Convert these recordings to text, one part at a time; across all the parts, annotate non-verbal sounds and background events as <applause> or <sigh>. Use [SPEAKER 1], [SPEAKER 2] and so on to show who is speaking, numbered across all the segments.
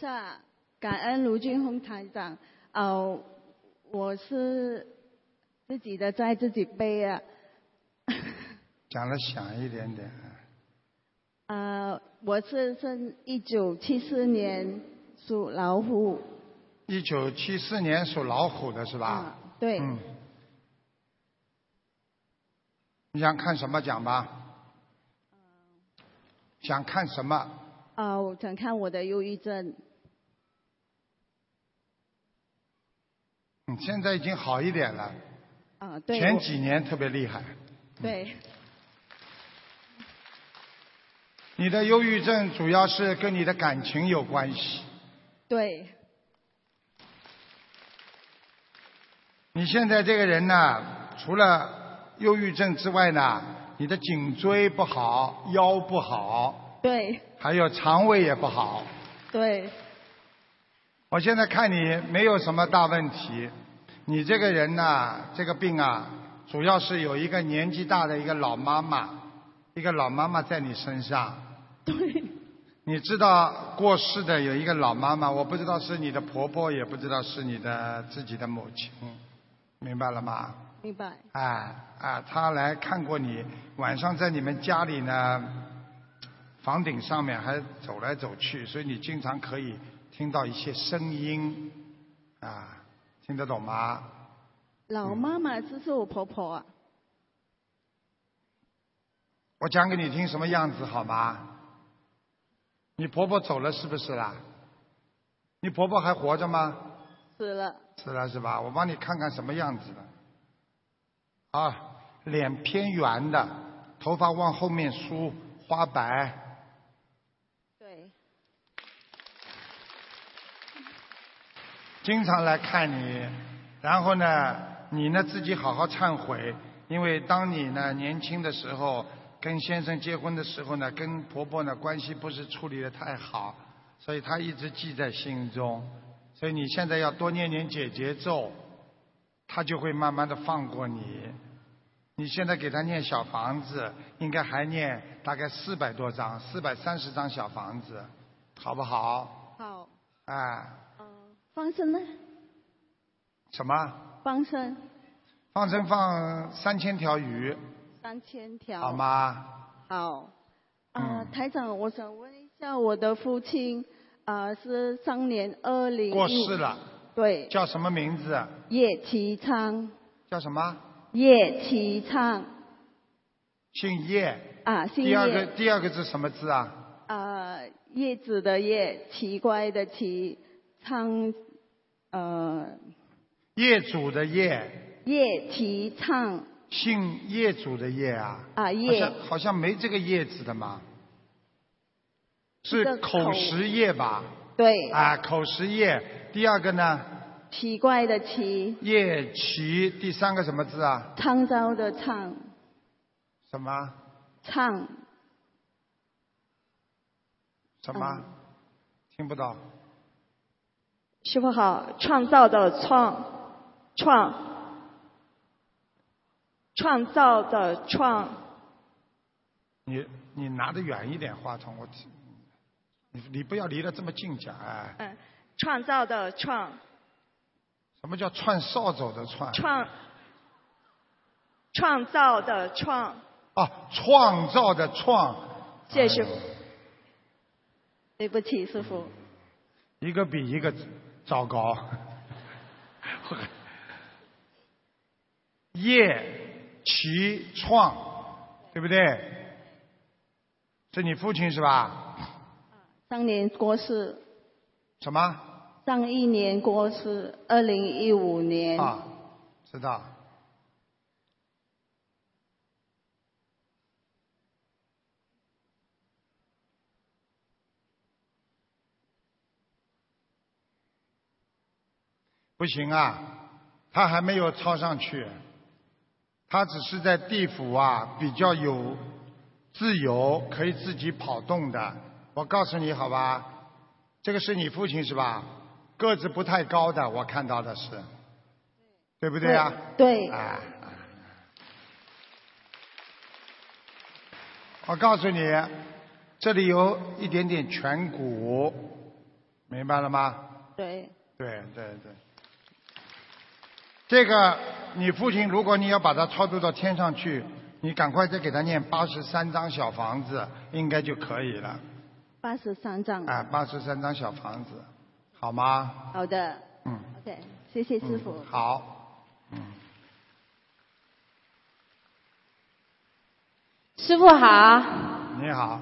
[SPEAKER 1] 下感恩卢俊宏团长，呃，我是自己的债自己背啊，
[SPEAKER 2] 讲的响一点点。
[SPEAKER 1] 呃，我是生一九七四年属老虎，
[SPEAKER 2] 一九七四年属老虎的是吧？
[SPEAKER 1] 对，
[SPEAKER 2] 嗯。你想看什么讲吧？想看什么？
[SPEAKER 1] 呃，我想看我的忧郁症，
[SPEAKER 2] 嗯，现在已经好一点了，
[SPEAKER 1] 啊、对，
[SPEAKER 2] 前
[SPEAKER 1] 我
[SPEAKER 2] 几年特别厉害。
[SPEAKER 1] 对，
[SPEAKER 2] 你的忧郁症主要是跟你的感情有关系。
[SPEAKER 1] 对，
[SPEAKER 2] 你现在这个人呢，除了忧郁症之外呢，你的颈椎不好，腰不好，
[SPEAKER 1] 对，
[SPEAKER 2] 还有肠胃也不好。
[SPEAKER 1] 对，
[SPEAKER 2] 我现在看你没有什么大问题，你这个人呐，这个病啊，主要是有一个年纪大的一个老妈妈，一个老妈妈在你身上。
[SPEAKER 1] 对，
[SPEAKER 2] 你知道过世的有一个老妈妈，我不知道是你的婆婆，也不知道是你的自己的母亲，明白了吗？
[SPEAKER 1] 明白，
[SPEAKER 2] 啊啊，他来看过你，晚上在你们家里呢，房顶上面还走来走去，所以你经常可以听到一些声音，啊，听得懂吗？
[SPEAKER 1] 老妈妈就是我婆婆啊，
[SPEAKER 2] 我讲给你听什么样子好吗？你婆婆走了是不是啦？你婆婆还活着吗？
[SPEAKER 1] 死了，
[SPEAKER 2] 是了是吧？我帮你看看什么样子的。啊，脸偏圆的，头发往后面梳，花白。
[SPEAKER 1] 对，
[SPEAKER 2] 经常来看你，然后呢，你呢自己好好忏悔，因为当你呢年轻的时候，跟先生结婚的时候呢，跟婆婆呢关系不是处理的太好，所以她一直记在心中，所以你现在要多念念姐姐咒，她就会慢慢的放过你。你现在给她念小房子，应该还念大概四百多张，四百三十张小房子，好不好？
[SPEAKER 1] 好，
[SPEAKER 2] 啊，
[SPEAKER 1] 放生呢？
[SPEAKER 2] 什么？
[SPEAKER 1] 放生
[SPEAKER 2] 放生放三千条鱼，
[SPEAKER 1] 三千条，
[SPEAKER 2] 好吗？
[SPEAKER 1] 好，啊、
[SPEAKER 2] 嗯
[SPEAKER 1] 台长，我想问一下，我的父亲啊、呃是上年二零
[SPEAKER 2] 过世，了，
[SPEAKER 1] 对，
[SPEAKER 2] 叫什么名字？啊
[SPEAKER 1] 叶其昌，
[SPEAKER 2] 叫什么？
[SPEAKER 1] 叶其昌
[SPEAKER 2] 姓叶。
[SPEAKER 1] 啊，姓
[SPEAKER 2] 第二个
[SPEAKER 1] 叶，
[SPEAKER 2] 第二个字什么字啊？
[SPEAKER 1] 啊、叶子的叶，奇怪的奇，昌，呃，
[SPEAKER 2] 业主的业，
[SPEAKER 1] 叶其昌
[SPEAKER 2] 姓业主的业啊。
[SPEAKER 1] 啊，
[SPEAKER 2] 好
[SPEAKER 1] 叶
[SPEAKER 2] 像好像没这个叶字的嘛。
[SPEAKER 1] 一
[SPEAKER 2] 是
[SPEAKER 1] 个
[SPEAKER 2] 口
[SPEAKER 1] 口
[SPEAKER 2] 实业吧？
[SPEAKER 1] 对，
[SPEAKER 2] 啊，口实业。第二个呢？
[SPEAKER 1] 奇怪的奇，
[SPEAKER 2] 叶奇。第三个什么字啊？
[SPEAKER 1] 昌昭的昌，
[SPEAKER 2] 什么
[SPEAKER 1] 昌
[SPEAKER 2] 什么？听不到。
[SPEAKER 3] 师傅好，创造的创，创，创造的创，
[SPEAKER 2] 你你拿得远一点话筒，我听你你不要离得这么近讲哎。
[SPEAKER 3] 嗯，创造的创，
[SPEAKER 2] 什么叫串扫帚的串？
[SPEAKER 3] 创，创造的创，
[SPEAKER 2] 啊，创造的创。
[SPEAKER 3] 谢谢师傅
[SPEAKER 2] 哎
[SPEAKER 1] 对不起，师傅，
[SPEAKER 2] 呦一个比一个糟糕。 <laughs> 业其创，对不对？是你父亲是吧？
[SPEAKER 1] 上年过世。
[SPEAKER 2] 什么？
[SPEAKER 1] 上一年过世，二零一五年。
[SPEAKER 2] 啊，知道。不行啊，他还没有抄上去，他只是在地府啊比较有自由，可以自己跑动的。我告诉你好吧，这个是你父亲是吧？个子不太高的，我看到的是，对不对啊？
[SPEAKER 1] 对，
[SPEAKER 2] 啊。我告诉你，这里有一点点颧骨，明白了吗？
[SPEAKER 1] 对，
[SPEAKER 2] 对对对，这个你父亲，如果你要把他超度到天上去，你赶快再给他念八十三张小房子，应该就可以了。
[SPEAKER 1] 八十三张。
[SPEAKER 2] 啊，八十三张小房子，好吗？
[SPEAKER 1] 好的。
[SPEAKER 2] 嗯。
[SPEAKER 1] OK，谢谢师傅。
[SPEAKER 2] 好，
[SPEAKER 4] 师傅好，
[SPEAKER 2] 你好，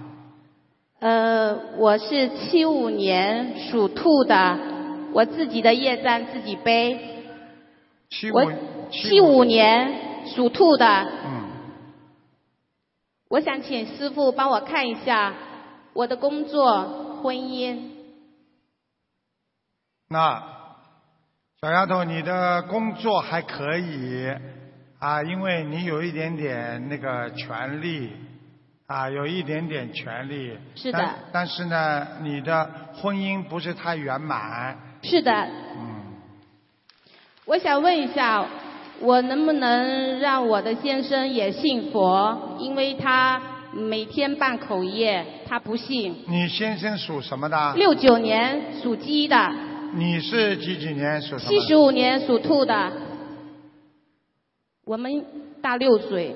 [SPEAKER 4] 呃，我是七五年属兔的，我自己的业障自己背。
[SPEAKER 2] 七
[SPEAKER 4] 我七五年属兔的，
[SPEAKER 2] 嗯，
[SPEAKER 4] 我想请师傅帮我看一下我的工作、婚姻。
[SPEAKER 2] 那小丫头，你的工作还可以啊，因为你有一点点那个权利啊，有一点点权利。
[SPEAKER 4] 是的
[SPEAKER 2] 但。但是呢，你的婚姻不是太圆满。
[SPEAKER 4] 是的，
[SPEAKER 2] 嗯，
[SPEAKER 4] 我想问一下，我能不能让我的先生也信佛？因为他每天办口业，他不信。
[SPEAKER 2] 你先生属什么的？
[SPEAKER 4] 六九。年属鸡的，
[SPEAKER 2] 你是几几年属什么？
[SPEAKER 4] 七十五。年属兔的，我们大六岁。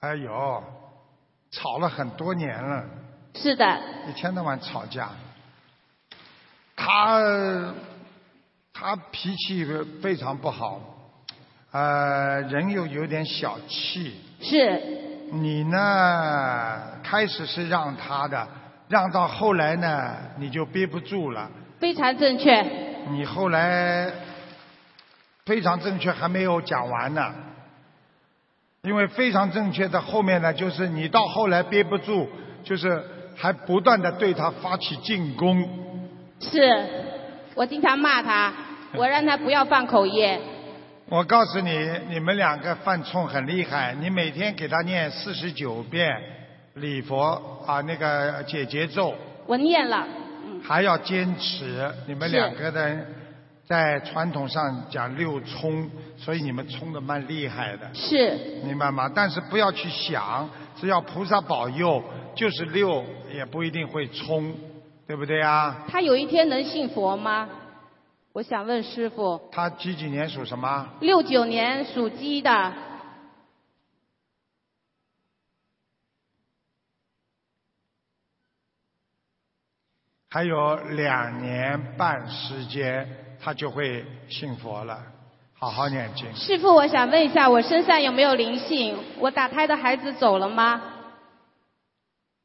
[SPEAKER 2] 哎呦，吵了很多年了。
[SPEAKER 4] 是的。
[SPEAKER 2] 一天到晚吵架。他他脾气非常不好，呃，人又有点小气。
[SPEAKER 4] 是。
[SPEAKER 2] 你呢，开始是让他的，让到后来呢，你就憋不住了。
[SPEAKER 4] 非常正确，
[SPEAKER 2] 你后来非常正确还没有讲完呢，因为非常正确的后面呢，就是你到后来憋不住，就是还不断的对他发起进攻。
[SPEAKER 4] 是我经常骂他，我让他不要放口业。
[SPEAKER 2] 我告诉你，你们两个犯冲很厉害，你每天给他念四十九遍礼佛啊那个解结咒，
[SPEAKER 4] 我念了，
[SPEAKER 2] 还要坚持。你们
[SPEAKER 4] 是
[SPEAKER 2] 两个人在传统上讲六冲，所以你们冲的蛮厉害的。
[SPEAKER 4] 是。
[SPEAKER 2] 明白吗？但是不要去想，只要菩萨保佑，就是六也不一定会冲，对不对啊？
[SPEAKER 4] 他有一天能信佛吗？我想问师傅，
[SPEAKER 2] 他几几年属什么？
[SPEAKER 4] 六九年属鸡的，
[SPEAKER 2] 还有两年半时间，他就会信佛了。好好念经。
[SPEAKER 4] 师傅，我想问一下，我身上有没有灵性？我打胎的孩子走了吗？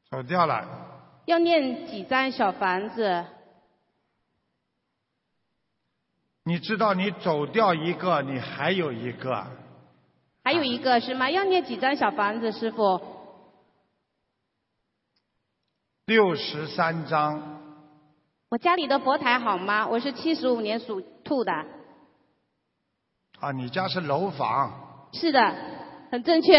[SPEAKER 2] 走掉了，
[SPEAKER 4] 要念几张小房子？
[SPEAKER 2] 你知道你走掉一个，你还有一个，
[SPEAKER 4] 还有一个是吗？要念几张小房子，师傅？
[SPEAKER 2] 六十三章。
[SPEAKER 4] 我家里的佛台好吗？我是七十五年属兔的，
[SPEAKER 2] 啊，你家是楼房，
[SPEAKER 4] 是的，很正确，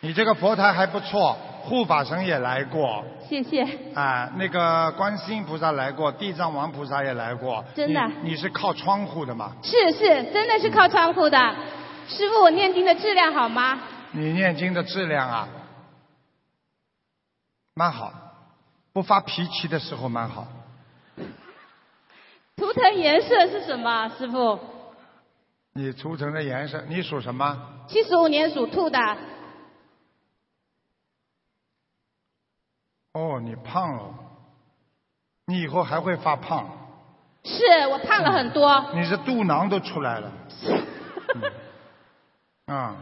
[SPEAKER 2] 你这个佛台还不错，护法神也来过。
[SPEAKER 4] 谢谢。
[SPEAKER 2] 啊，那个观世音菩萨来过，地藏王菩萨也来过。
[SPEAKER 4] 真的
[SPEAKER 2] 你？你是靠窗户的嘛？
[SPEAKER 4] 是是，真的是靠窗户的。师傅，我念经的质量好吗？
[SPEAKER 2] 你念经的质量啊，蛮好，不发脾气的时候蛮好。
[SPEAKER 4] 图腾颜色是什么？师傅，
[SPEAKER 2] 你图腾的颜色，你属什么？
[SPEAKER 4] 七十五年属兔的，
[SPEAKER 2] 哦，你胖了，你以后还会发胖，
[SPEAKER 4] 是我胖了很多。
[SPEAKER 2] 你这肚囊都出
[SPEAKER 4] <laughs>
[SPEAKER 2] 来了。嗯啊、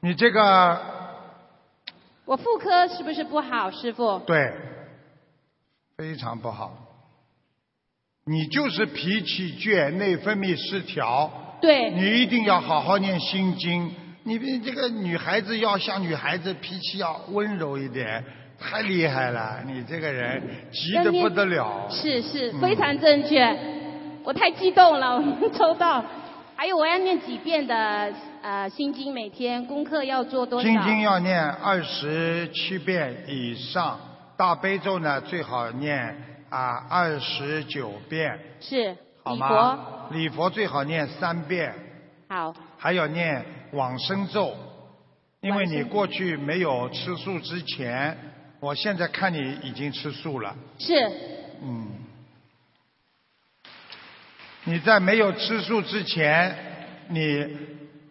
[SPEAKER 2] 你这个
[SPEAKER 4] 我妇科是不是不好，师傅？
[SPEAKER 2] 对，非常不好。你就是脾气倔、内分泌失调。
[SPEAKER 4] 对。
[SPEAKER 2] 你一定要好好念心经。你比这个女孩子要像女孩子，脾气要温柔一点。太厉害了，你这个人急得不得了。嗯
[SPEAKER 4] 是是，非常正确。我太激动了， <laughs> 我抽到。还有我要念几遍的呃心经，每天功课要做多少？
[SPEAKER 2] 心经要念二十七遍以上，大悲咒呢最好念啊二十九遍，
[SPEAKER 4] 是
[SPEAKER 2] 好
[SPEAKER 4] 礼
[SPEAKER 2] 吗啊
[SPEAKER 4] 佛？
[SPEAKER 2] 礼佛最好念三遍。
[SPEAKER 4] 好，
[SPEAKER 2] 还要念往生咒，因为你
[SPEAKER 4] 往生
[SPEAKER 2] 过去没有吃素之前，我现在看你已经吃素了，
[SPEAKER 4] 是
[SPEAKER 2] 嗯，你在没有吃素之前，你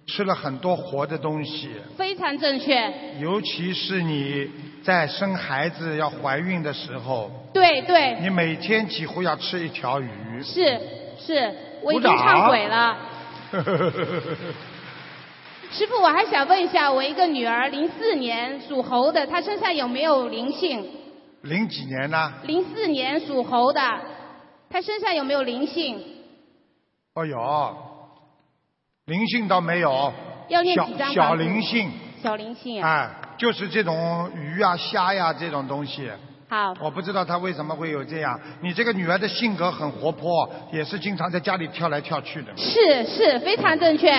[SPEAKER 2] 吃了很多活的东西，
[SPEAKER 4] 非常正确。
[SPEAKER 2] 尤其是你在生孩子要怀孕的时候，
[SPEAKER 4] 对对，
[SPEAKER 2] 你每天几乎要吃一条鱼。 <laughs>
[SPEAKER 4] 是是，我已
[SPEAKER 2] 鼓
[SPEAKER 4] 经
[SPEAKER 2] 掌
[SPEAKER 4] 忏悔了。师傅，我还想问一下，我一个女儿零四年属猴的，她身上有没有灵性？
[SPEAKER 2] 零几年呢？
[SPEAKER 4] 零四年属猴的，她身上有没有灵性？
[SPEAKER 2] 哦有，灵性倒没有。
[SPEAKER 4] 要念
[SPEAKER 2] 小
[SPEAKER 4] 几张
[SPEAKER 2] 小
[SPEAKER 4] 房子
[SPEAKER 2] 灵性，
[SPEAKER 4] 小灵性啊。
[SPEAKER 2] 哎，就是这种鱼啊、虾呀、这种东西。
[SPEAKER 4] 好，
[SPEAKER 2] 我不知道他为什么会有这样。你这个女儿的性格很活泼，也是经常在家里跳来跳去的。
[SPEAKER 4] 是是，非常正确。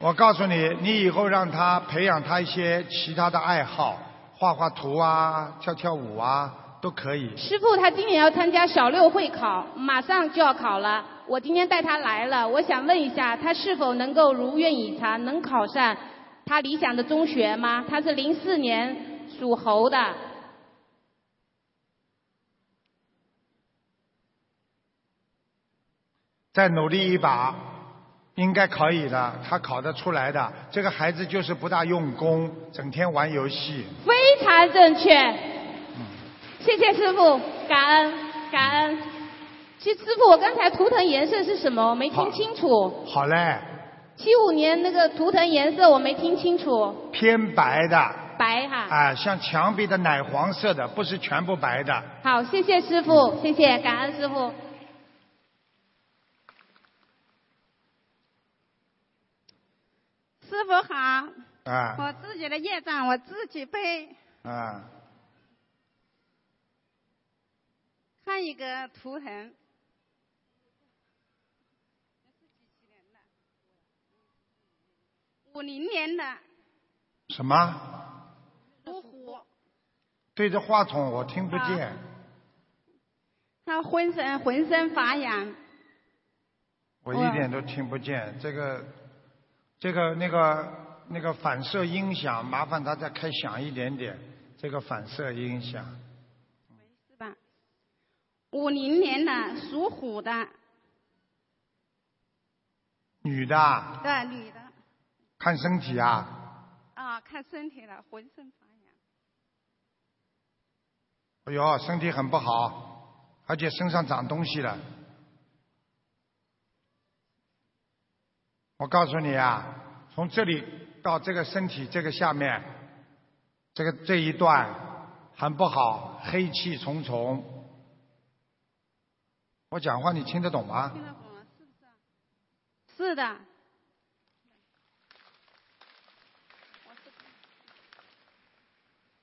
[SPEAKER 2] 我告诉你，你以后让她培养她一些其他的爱好，画画图啊、跳跳舞啊，都可以。
[SPEAKER 4] 师傅，她今年要参加小六会考，马上就要考了。我今天带她来了，我想问一下，她是否能够如愿以偿，能考上她理想的中学吗？她是零四年属猴的，
[SPEAKER 2] 再努力一把，应该可以的，她考得出来的。这个孩子就是不大用功，整天玩游戏。
[SPEAKER 4] 非常正确。谢谢师傅，感恩感恩。其实师傅，我刚才图腾颜色是什么？我没听清楚。
[SPEAKER 2] 好嘞，
[SPEAKER 4] 七五年那个图腾颜色我没听清楚，
[SPEAKER 2] 偏白的，
[SPEAKER 4] 白哈。
[SPEAKER 2] 啊、像墙壁的奶黄色的，不是全部白的。
[SPEAKER 4] 好，谢谢师傅，谢谢，感恩师傅。
[SPEAKER 5] 师傅好，
[SPEAKER 2] 啊、
[SPEAKER 5] 我自己的业障我自己背。
[SPEAKER 2] 啊、
[SPEAKER 5] 看一个图腾，五零年的
[SPEAKER 2] 什么？
[SPEAKER 5] 属虎，
[SPEAKER 2] 对着话筒我听不见。
[SPEAKER 5] 他浑身浑身发痒，
[SPEAKER 2] 我一点都听不见，这个，这个那个那个反射音响，麻烦大家开响一点点，这个反射音响。
[SPEAKER 5] 是吧？五零年的属虎的，
[SPEAKER 2] 女的啊
[SPEAKER 5] 对，女的，
[SPEAKER 2] 看身体啊，
[SPEAKER 5] 啊，看身体了，浑身发痒，
[SPEAKER 2] 哎呦，身体很不好，而且身上长东西了。我告诉你啊，从这里到这个身体这个下面，这个这一段很不好，黑气重重。我讲话你听得懂吗？
[SPEAKER 5] 听得懂了是不是？是的。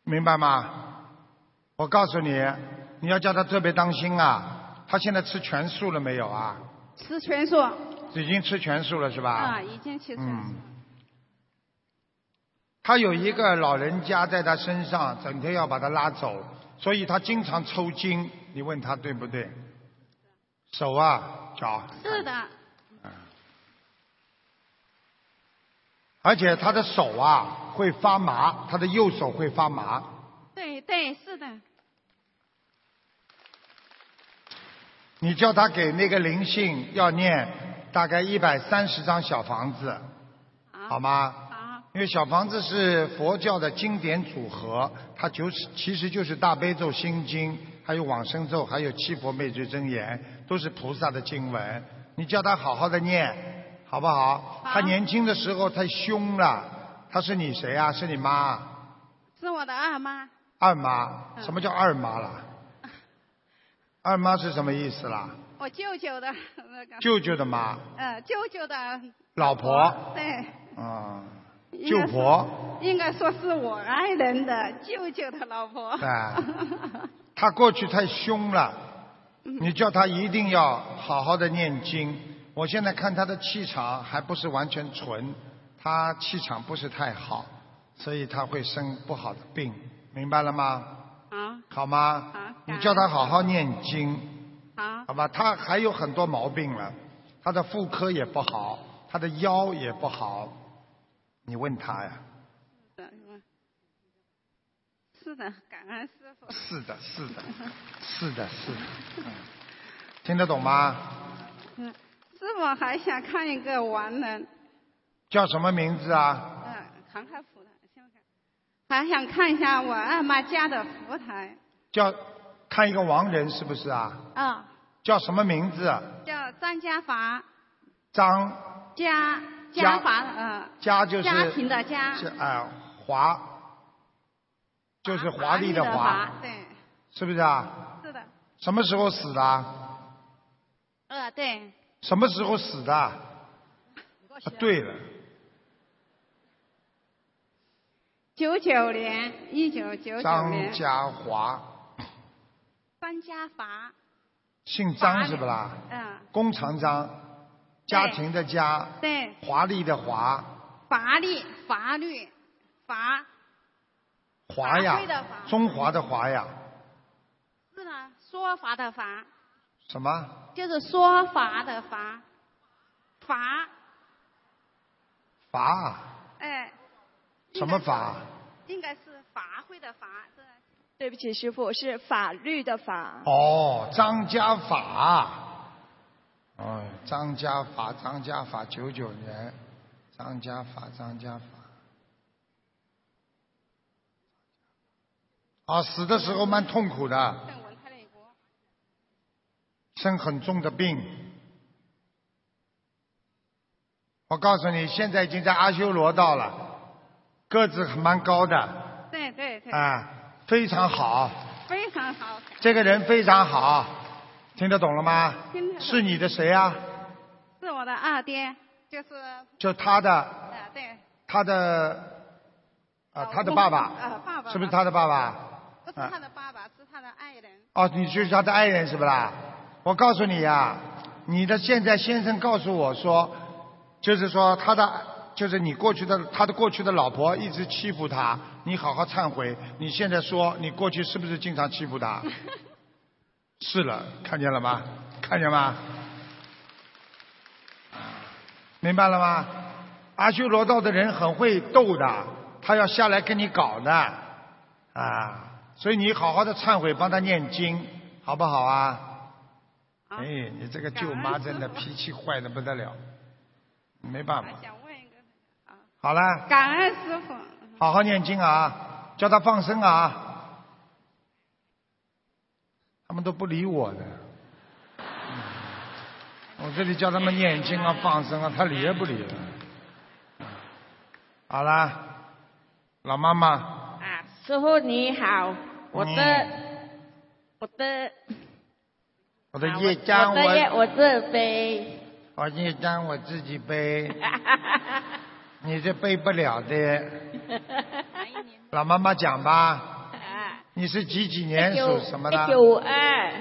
[SPEAKER 2] 明白吗？我告诉你，你要叫他特别当心啊！他现在吃全素了没有啊？
[SPEAKER 5] 吃全素
[SPEAKER 2] 已经吃全素了是吧？
[SPEAKER 5] 啊，已经吃全素
[SPEAKER 2] 嗯。他有一个老人家在他身上，整天要把他拉走，所以他经常抽筋。你问他对不对？手啊，脚。
[SPEAKER 5] 是的，
[SPEAKER 2] 而且他的手啊会发麻，他的右手会发麻。
[SPEAKER 5] 对对是的，
[SPEAKER 2] 你叫他给那个灵性要念大概一百三十张小房子，好
[SPEAKER 5] 好，
[SPEAKER 2] 吗？
[SPEAKER 5] 好，
[SPEAKER 2] 因为小房子是佛教的经典组合，它就是其实就是大悲咒、心经，还有往生咒，还有七佛灭罪真言，都是菩萨的经文。你叫他好好的念，好不好？他年轻的时候太凶了，他是你谁啊？是你妈啊、
[SPEAKER 5] 是我的二妈，
[SPEAKER 2] 二妈？什么叫二妈啦？二妈是什么意思啦？
[SPEAKER 5] 我舅舅的那个，
[SPEAKER 2] 舅舅的妈，
[SPEAKER 5] 呃，舅舅的
[SPEAKER 2] 老婆，
[SPEAKER 5] 对，
[SPEAKER 2] 啊、
[SPEAKER 5] 应
[SPEAKER 2] 舅
[SPEAKER 5] 该说
[SPEAKER 2] 婆。
[SPEAKER 5] 应该说是我爱人的舅舅的老婆。 <laughs>
[SPEAKER 2] 哎他过去太凶了，
[SPEAKER 5] 嗯
[SPEAKER 2] 你叫他一定要好好的念经。我现在看他的气场还不是完全纯，他气场不是太好，所以他会生不好的病，明白了吗？
[SPEAKER 5] 好，
[SPEAKER 2] 好吗
[SPEAKER 5] 好？
[SPEAKER 2] 你叫他好好念经，
[SPEAKER 5] 好，
[SPEAKER 2] 好吧？他还有很多毛病了，他的妇科也不好，他的腰也不好，你问他呀。
[SPEAKER 5] 是
[SPEAKER 6] <laughs> 是的，感恩师傅。
[SPEAKER 2] 是的，是的，是的，是的。嗯听得懂吗？
[SPEAKER 6] 嗯，师傅还想看一个完人，
[SPEAKER 2] 叫什么名字啊？
[SPEAKER 6] 嗯，航海福台，先看，还想看一下我二妈家的福台，
[SPEAKER 2] 叫看一个亡人是不是啊？
[SPEAKER 6] 啊、
[SPEAKER 2] 叫什么名字？
[SPEAKER 6] 叫张家法，
[SPEAKER 2] 张
[SPEAKER 6] 家
[SPEAKER 2] 家
[SPEAKER 6] 家法，嗯、
[SPEAKER 2] 家就是
[SPEAKER 6] 家庭的家，
[SPEAKER 2] 是啊、华，就是华丽
[SPEAKER 6] 的
[SPEAKER 2] 华，，
[SPEAKER 6] 对，
[SPEAKER 2] 是不是啊？
[SPEAKER 6] 是的，
[SPEAKER 2] 什么时候死的啊？
[SPEAKER 6] 呃，对，
[SPEAKER 2] 什么时候死的啊？啊对了，
[SPEAKER 6] 九九年，一九九九
[SPEAKER 2] 张
[SPEAKER 6] 年，
[SPEAKER 2] 家华，
[SPEAKER 6] 张家法，
[SPEAKER 2] 姓张是不啦？
[SPEAKER 6] 嗯、
[SPEAKER 2] 工长张，家庭的家，
[SPEAKER 6] 对，
[SPEAKER 2] 华丽的华，
[SPEAKER 6] 法律，法律，法，
[SPEAKER 2] 华呀
[SPEAKER 6] 法规的华，
[SPEAKER 2] 中华的华呀，
[SPEAKER 6] 是呢，说法的法，
[SPEAKER 2] 什么？
[SPEAKER 6] 就是说法的法，法，
[SPEAKER 2] 法啊？
[SPEAKER 6] 哎，
[SPEAKER 2] 什么法？啊
[SPEAKER 6] 应该是法会的法，是
[SPEAKER 3] 对不起，师傅，是法律的法。
[SPEAKER 2] 哦，张家法。哦，张家法，张家法，九九年，张家法，张家法。啊，死的时候蛮痛苦的，
[SPEAKER 6] 邓文开了一锅，
[SPEAKER 2] 生很重的病。我告诉你，现在已经在阿修罗道了，个子还蛮高的，
[SPEAKER 6] 对对对，
[SPEAKER 2] 啊，非常好，
[SPEAKER 6] 非常好，
[SPEAKER 2] 这个人非常好，听得懂了吗？
[SPEAKER 6] 听得懂
[SPEAKER 2] 是你的谁啊？
[SPEAKER 6] 是我的二爹，就是
[SPEAKER 2] 就他的，
[SPEAKER 6] 呃对，
[SPEAKER 2] 他的，啊，
[SPEAKER 6] 老
[SPEAKER 2] 他的
[SPEAKER 6] 公
[SPEAKER 2] 爸爸，
[SPEAKER 6] 呃爸爸
[SPEAKER 2] 是不是他的爸爸？
[SPEAKER 6] 不是他的爸爸，是他的爱人，
[SPEAKER 2] 哦，你就是他的爱人是不啦？我告诉你呀、啊你的现在先生告诉我说，就是说他的，就是你过去的他的过去的老婆一直欺负他，你好好忏悔。你现在说你过去是不是经常欺负他？是了，看见了吗？看见吗？啊，明白了吗？阿修罗道的人很会斗的，他要下来跟你搞的。啊，所以你好好的忏悔，帮他念经，好不好啊？
[SPEAKER 6] 啊，
[SPEAKER 2] 哎，你这个舅妈真的脾气坏的不得了，没办法
[SPEAKER 6] 还。想问一个，
[SPEAKER 2] 好了，
[SPEAKER 6] 感恩师傅，
[SPEAKER 2] 好好念经啊，叫他放生啊。他们都不理我的，嗯我这里叫他们念经啊、放生啊，他理也不理了。好啦，老妈妈，
[SPEAKER 7] 啊，师傅你好，我的、我的
[SPEAKER 2] 我的
[SPEAKER 7] 啊
[SPEAKER 2] 业障
[SPEAKER 7] 我的业我这杯，
[SPEAKER 2] 我业障我自己
[SPEAKER 7] <laughs>
[SPEAKER 2] 背，你这背不了的。老妈妈讲吧，
[SPEAKER 7] 啊，
[SPEAKER 2] 你是几几
[SPEAKER 7] 哎
[SPEAKER 2] 年属什么
[SPEAKER 7] 一九
[SPEAKER 2] 的？
[SPEAKER 7] 五二，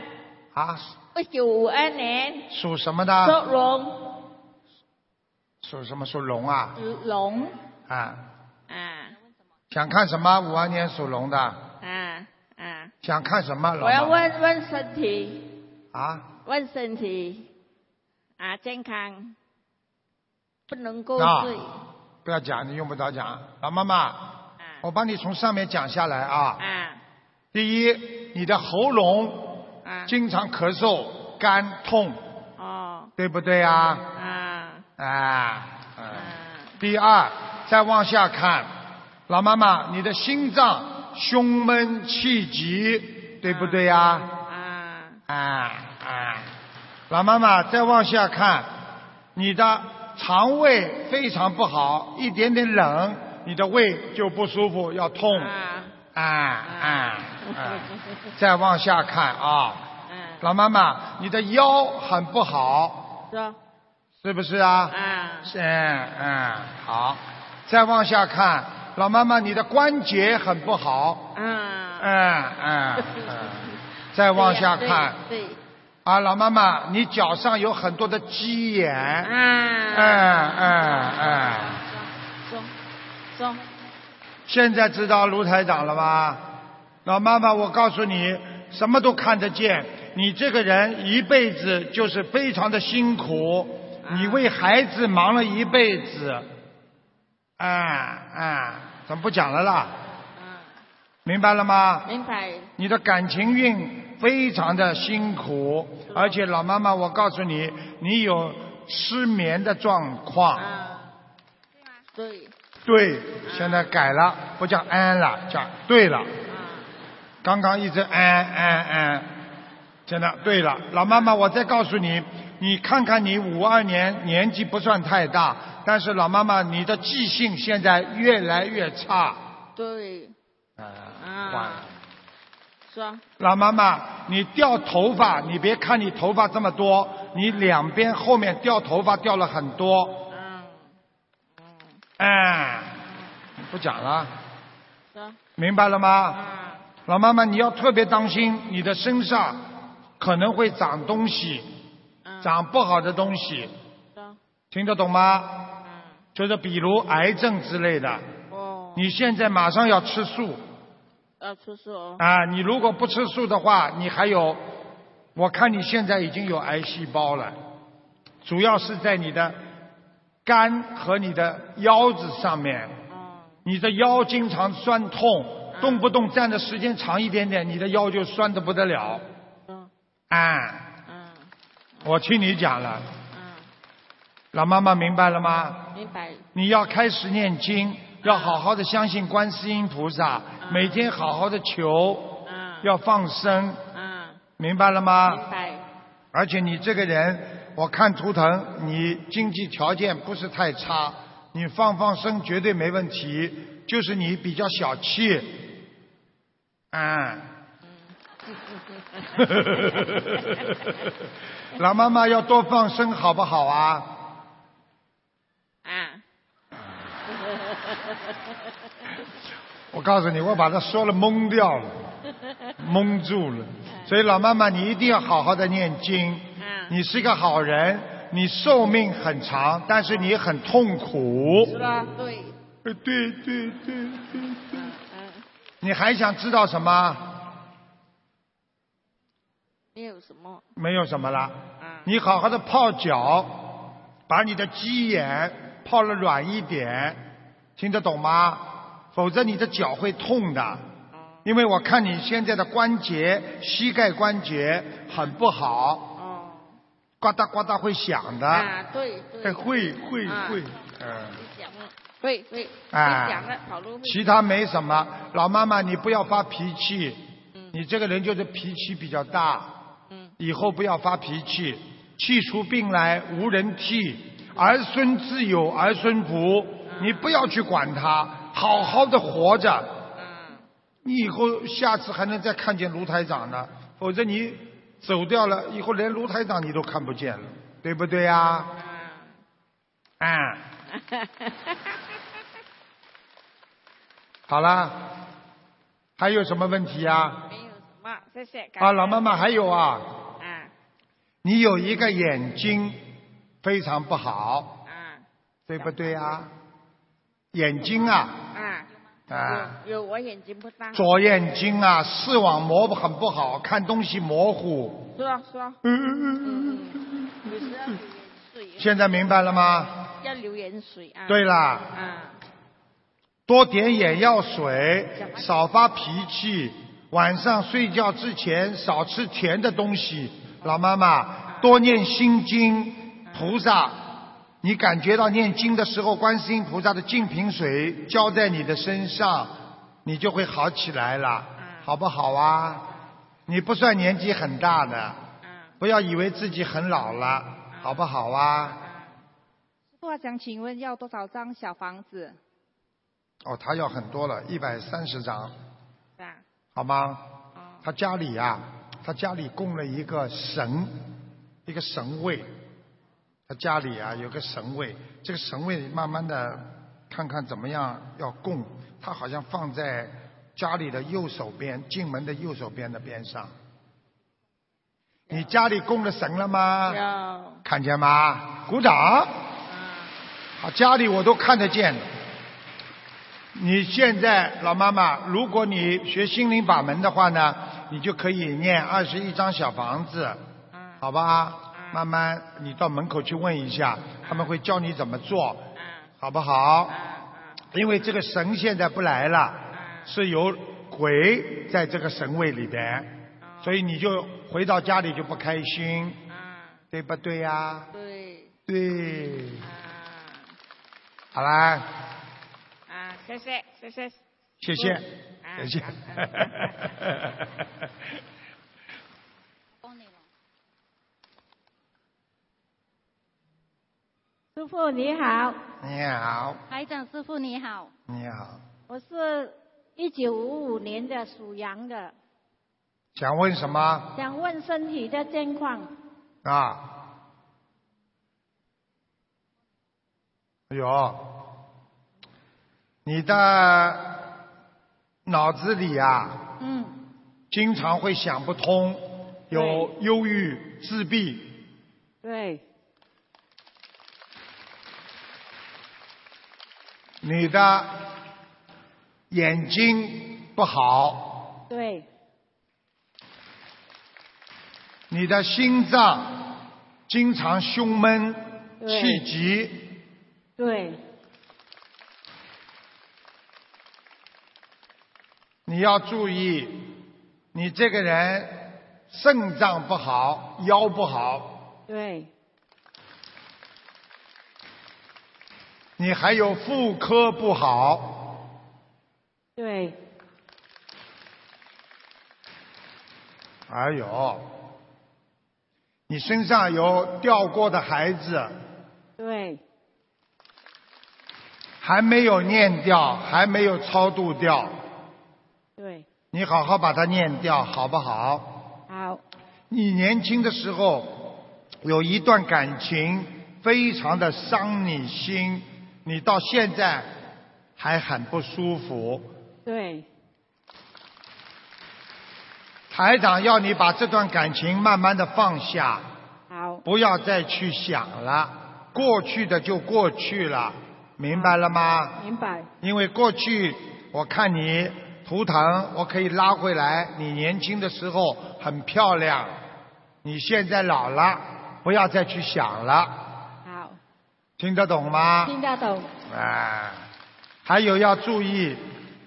[SPEAKER 2] 啊，
[SPEAKER 7] 一九五二年，
[SPEAKER 2] 属什么
[SPEAKER 7] 属
[SPEAKER 2] 的？
[SPEAKER 7] 龙
[SPEAKER 2] 属什么？属龙啊
[SPEAKER 7] 龙
[SPEAKER 2] 啊！
[SPEAKER 7] 啊
[SPEAKER 2] 想看什么？五二年属龙的，
[SPEAKER 7] 啊啊！
[SPEAKER 2] 想看什么？老
[SPEAKER 7] 我要
[SPEAKER 2] 妈妈
[SPEAKER 7] 问问身体，
[SPEAKER 2] 啊
[SPEAKER 7] 问身体啊，健康，不能够
[SPEAKER 2] 啊
[SPEAKER 7] 睡
[SPEAKER 2] 不要讲，你用不着讲。老妈妈，
[SPEAKER 7] 啊
[SPEAKER 2] 我帮你从上面讲下来啊。
[SPEAKER 7] 啊
[SPEAKER 2] 第一，你的喉咙
[SPEAKER 7] 啊
[SPEAKER 2] 经常咳嗽、干痛，
[SPEAKER 7] 哦
[SPEAKER 2] 对不对啊？
[SPEAKER 7] 啊
[SPEAKER 2] 啊，嗯
[SPEAKER 7] 啊
[SPEAKER 2] 第二，再往下看，老妈妈，你的心脏胸闷气急，对不对呀、
[SPEAKER 7] 啊
[SPEAKER 2] 啊？啊老妈妈，再往下看，你的肠胃非常不好，一点点冷，你的胃就不舒服，要痛。
[SPEAKER 7] 啊
[SPEAKER 2] 啊啊啊！再往下看啊，
[SPEAKER 7] 啊！
[SPEAKER 2] 老妈妈，你的腰很不好，
[SPEAKER 7] 说
[SPEAKER 2] 是不是啊？
[SPEAKER 7] 啊
[SPEAKER 2] 是，嗯，好。再往下看，老妈妈，你的关节很不好。
[SPEAKER 7] 啊，
[SPEAKER 2] 嗯
[SPEAKER 7] <laughs>
[SPEAKER 2] 嗯嗯。再往下
[SPEAKER 7] 对呀
[SPEAKER 2] 看，
[SPEAKER 7] 对对
[SPEAKER 2] 啊，老妈妈，你脚上有很多的鸡眼。嗯
[SPEAKER 7] 啊，
[SPEAKER 2] 嗯嗯。
[SPEAKER 7] 中中
[SPEAKER 2] 现在知道卢台长了吧？老妈妈，我告诉你，什么都看得见。你这个人一辈子就是非常的辛苦，你为孩子忙了一辈哎子。啊啊，怎么不讲了啦？
[SPEAKER 7] 啊
[SPEAKER 2] 明白了吗？
[SPEAKER 8] 明白。
[SPEAKER 2] 你的感情运非常的辛苦，而且老妈妈，我告诉你，你有失眠的状况。
[SPEAKER 8] 啊，对，
[SPEAKER 2] 对，现在改了，不叫安了，叫对了。
[SPEAKER 8] 啊
[SPEAKER 2] 刚刚一直安安安，真的对了，老妈妈，我再告诉你，你看看你五二年年纪不算太大，但是老妈妈你的记性现在越来越差。
[SPEAKER 8] 对，
[SPEAKER 2] 啊，坏了
[SPEAKER 8] 啊，说，
[SPEAKER 2] 老妈妈，你掉头发，你别看你头发这么多，你两边后面掉头发掉了很多，
[SPEAKER 8] 嗯，
[SPEAKER 2] 哎，不讲了，
[SPEAKER 8] 说，
[SPEAKER 2] 明白了吗？
[SPEAKER 8] 啊，
[SPEAKER 2] 老妈妈，你要特别当心，你的身上可能会长东西，
[SPEAKER 8] 嗯，
[SPEAKER 2] 长不好的东西，
[SPEAKER 8] 说，
[SPEAKER 2] 听得懂吗？
[SPEAKER 8] 嗯，
[SPEAKER 2] 就是比如癌症之类的。
[SPEAKER 8] 哦，
[SPEAKER 2] 你现在马上要吃素
[SPEAKER 8] 要出书哦，
[SPEAKER 2] 啊！你如果不吃素的话，你还有，我看你现在已经有癌细胞了，主要是在你的肝和你的腰子上面。
[SPEAKER 8] 嗯，
[SPEAKER 2] 你的腰经常酸痛，动不动站的时间长一点点，你的腰就酸得不得了。
[SPEAKER 8] 嗯，
[SPEAKER 2] 啊，
[SPEAKER 8] 嗯，
[SPEAKER 2] 我听你讲了，
[SPEAKER 8] 嗯，
[SPEAKER 2] 老妈妈明白了吗？
[SPEAKER 8] 明白，
[SPEAKER 2] 你要开始念经，要好好的相信观世音菩萨，每天好好的求，
[SPEAKER 8] 嗯，
[SPEAKER 2] 要放生，
[SPEAKER 8] 嗯，
[SPEAKER 2] 明白了吗？
[SPEAKER 8] 明白，
[SPEAKER 2] 而且你这个人，我看图腾，你经济条件不是太差，你放放生绝对没问题，就是你比较小气，啊、
[SPEAKER 8] 嗯
[SPEAKER 2] <laughs> 老妈妈要多放生，好不好啊？
[SPEAKER 8] 啊，
[SPEAKER 2] 我告诉你，我把他说了懵掉
[SPEAKER 8] <laughs>
[SPEAKER 2] 了，懵住了。所以老妈妈，你一定要好好的念经。
[SPEAKER 8] 嗯，
[SPEAKER 2] 你是一个好人，你寿命很长，但是你很痛苦。
[SPEAKER 8] 是吧？对，
[SPEAKER 2] 呃对对对对对。
[SPEAKER 8] 嗯，
[SPEAKER 2] 你还想知道什么？
[SPEAKER 8] 没有什么，
[SPEAKER 2] 没有什么了。
[SPEAKER 8] 啊，
[SPEAKER 2] 你好好的泡脚，把你的鸡眼泡了软一点，听得懂吗？否则你的脚会痛的，
[SPEAKER 8] 哦，
[SPEAKER 2] 因为我看你现在的关节、膝盖关节很不好，
[SPEAKER 8] 哦，
[SPEAKER 2] 呱嗒呱嗒会响的，哎，
[SPEAKER 8] 啊，对对，
[SPEAKER 2] 会会
[SPEAKER 8] 啊
[SPEAKER 2] 会，嗯。
[SPEAKER 8] 讲了，会会，
[SPEAKER 2] 啊
[SPEAKER 8] 会讲了，跑路会，
[SPEAKER 2] 其他没什么，老妈妈你不要发脾气，
[SPEAKER 8] 嗯
[SPEAKER 2] 你这个人就是脾气比较大，
[SPEAKER 8] 嗯
[SPEAKER 2] 以后不要发脾气，气出病来无人替，儿孙自有儿孙福，你不要去管他，好好的活着，
[SPEAKER 8] 嗯
[SPEAKER 2] 你以后下次还能再看见卢台长呢，否则你走掉了以后连卢台长你都看不见了，对不对呀、啊？
[SPEAKER 8] 啊，
[SPEAKER 2] 嗯，好啦，还有什么问题呀、啊？
[SPEAKER 8] 没有什么，谢谢。感
[SPEAKER 2] 啊，
[SPEAKER 8] 恩
[SPEAKER 2] 老妈妈还有啊，
[SPEAKER 8] 啊
[SPEAKER 2] 你有一个眼睛非常不好，
[SPEAKER 8] 啊
[SPEAKER 2] 对不对啊？眼睛啊
[SPEAKER 8] 啊！
[SPEAKER 2] 啊，
[SPEAKER 8] 有有，我眼睛不大。
[SPEAKER 2] 左眼睛啊，视网膜很不好，看东西模糊。
[SPEAKER 8] 说说，
[SPEAKER 2] 嗯，
[SPEAKER 8] 嗯，有时要流眼水，
[SPEAKER 2] 现在明白了吗？
[SPEAKER 8] 要流眼水啊。
[SPEAKER 2] 对啦，
[SPEAKER 8] 啊，
[SPEAKER 2] 多点眼药水，少发脾气，晚上睡觉之前少吃甜的东西。老妈妈，多念心经，菩萨，你感觉到念经的时候，观世音菩萨的净瓶水浇在你的身上，你就会好起来了，好不好啊？你不算年纪很大的，不要以为自己很老了，好不好啊？
[SPEAKER 3] 师傅想请问要多少张小房子？
[SPEAKER 2] 哦，他要很多了，一百三十张。
[SPEAKER 8] 是啊，
[SPEAKER 2] 好吗
[SPEAKER 8] 哦？
[SPEAKER 2] 他家里啊，他家里供了一个神，一个神位。他家里啊有个神位，这个神位慢慢的看看怎么样要供。他好像放在家里的右手边，进门的右手边的边上。你家里供了神了吗？
[SPEAKER 8] 要
[SPEAKER 2] 看见吗？鼓掌。
[SPEAKER 8] 啊
[SPEAKER 2] 啊，家里我都看得见的。你现在老妈妈，如果你学心灵法门的话呢，你就可以念二十一张小房子，
[SPEAKER 8] 啊
[SPEAKER 2] 好吧？慢慢你到门口去问一下，他们会教你怎么做，
[SPEAKER 8] 啊
[SPEAKER 2] 好不好
[SPEAKER 8] 啊？啊
[SPEAKER 2] 因为这个神现在不来了，
[SPEAKER 8] 啊！
[SPEAKER 2] 是由鬼在这个神位里边，所以你就回到家里就不开心，对不对呀、
[SPEAKER 8] 对，
[SPEAKER 2] 对，
[SPEAKER 8] 啊
[SPEAKER 2] 好啦，
[SPEAKER 8] 啊，谢谢谢谢，
[SPEAKER 2] 谢谢，
[SPEAKER 8] 啊
[SPEAKER 2] 谢谢
[SPEAKER 8] 感恩。
[SPEAKER 7] 师傅你好，
[SPEAKER 2] <laughs> 你好，
[SPEAKER 7] 台长师傅你好，
[SPEAKER 2] 你好，
[SPEAKER 7] 我是一九五五年的属羊的，
[SPEAKER 2] 想问什么
[SPEAKER 7] 想问身体的健况。
[SPEAKER 2] 啊？哎呦，你的脑子里啊，
[SPEAKER 7] 嗯，
[SPEAKER 2] 经常会想不通，有忧郁、自闭，
[SPEAKER 7] 对，
[SPEAKER 2] 你的眼睛不好，
[SPEAKER 7] 对，
[SPEAKER 2] 你的心脏经常胸闷、
[SPEAKER 7] 对
[SPEAKER 2] 气急，
[SPEAKER 7] 对，
[SPEAKER 2] 你要注意，你这个人肾脏不好，腰不好，
[SPEAKER 7] 对，
[SPEAKER 2] 你还有妇科不好，
[SPEAKER 7] 对，
[SPEAKER 2] 哎呦，你身上有掉过的孩子，
[SPEAKER 7] 对，
[SPEAKER 2] 还没有念掉，还没有超度掉。
[SPEAKER 7] 对，
[SPEAKER 2] 你好好把它念掉，好不好？
[SPEAKER 7] 好，
[SPEAKER 2] 你年轻的时候有一段感情，非常的伤你心，你到现在还很不舒服。
[SPEAKER 7] 对，
[SPEAKER 2] 台长要你把这段感情慢慢的放下，
[SPEAKER 7] 好，
[SPEAKER 2] 不要再去想了，过去的就过去了，明白了吗？
[SPEAKER 7] 明白，
[SPEAKER 2] 因为过去我看你图腾，我可以拉回来。你年轻的时候很漂亮，你现在老了，不要再去想了，
[SPEAKER 7] 好，
[SPEAKER 2] 听得懂吗？
[SPEAKER 7] 听得懂，
[SPEAKER 2] 啊，还有要注意，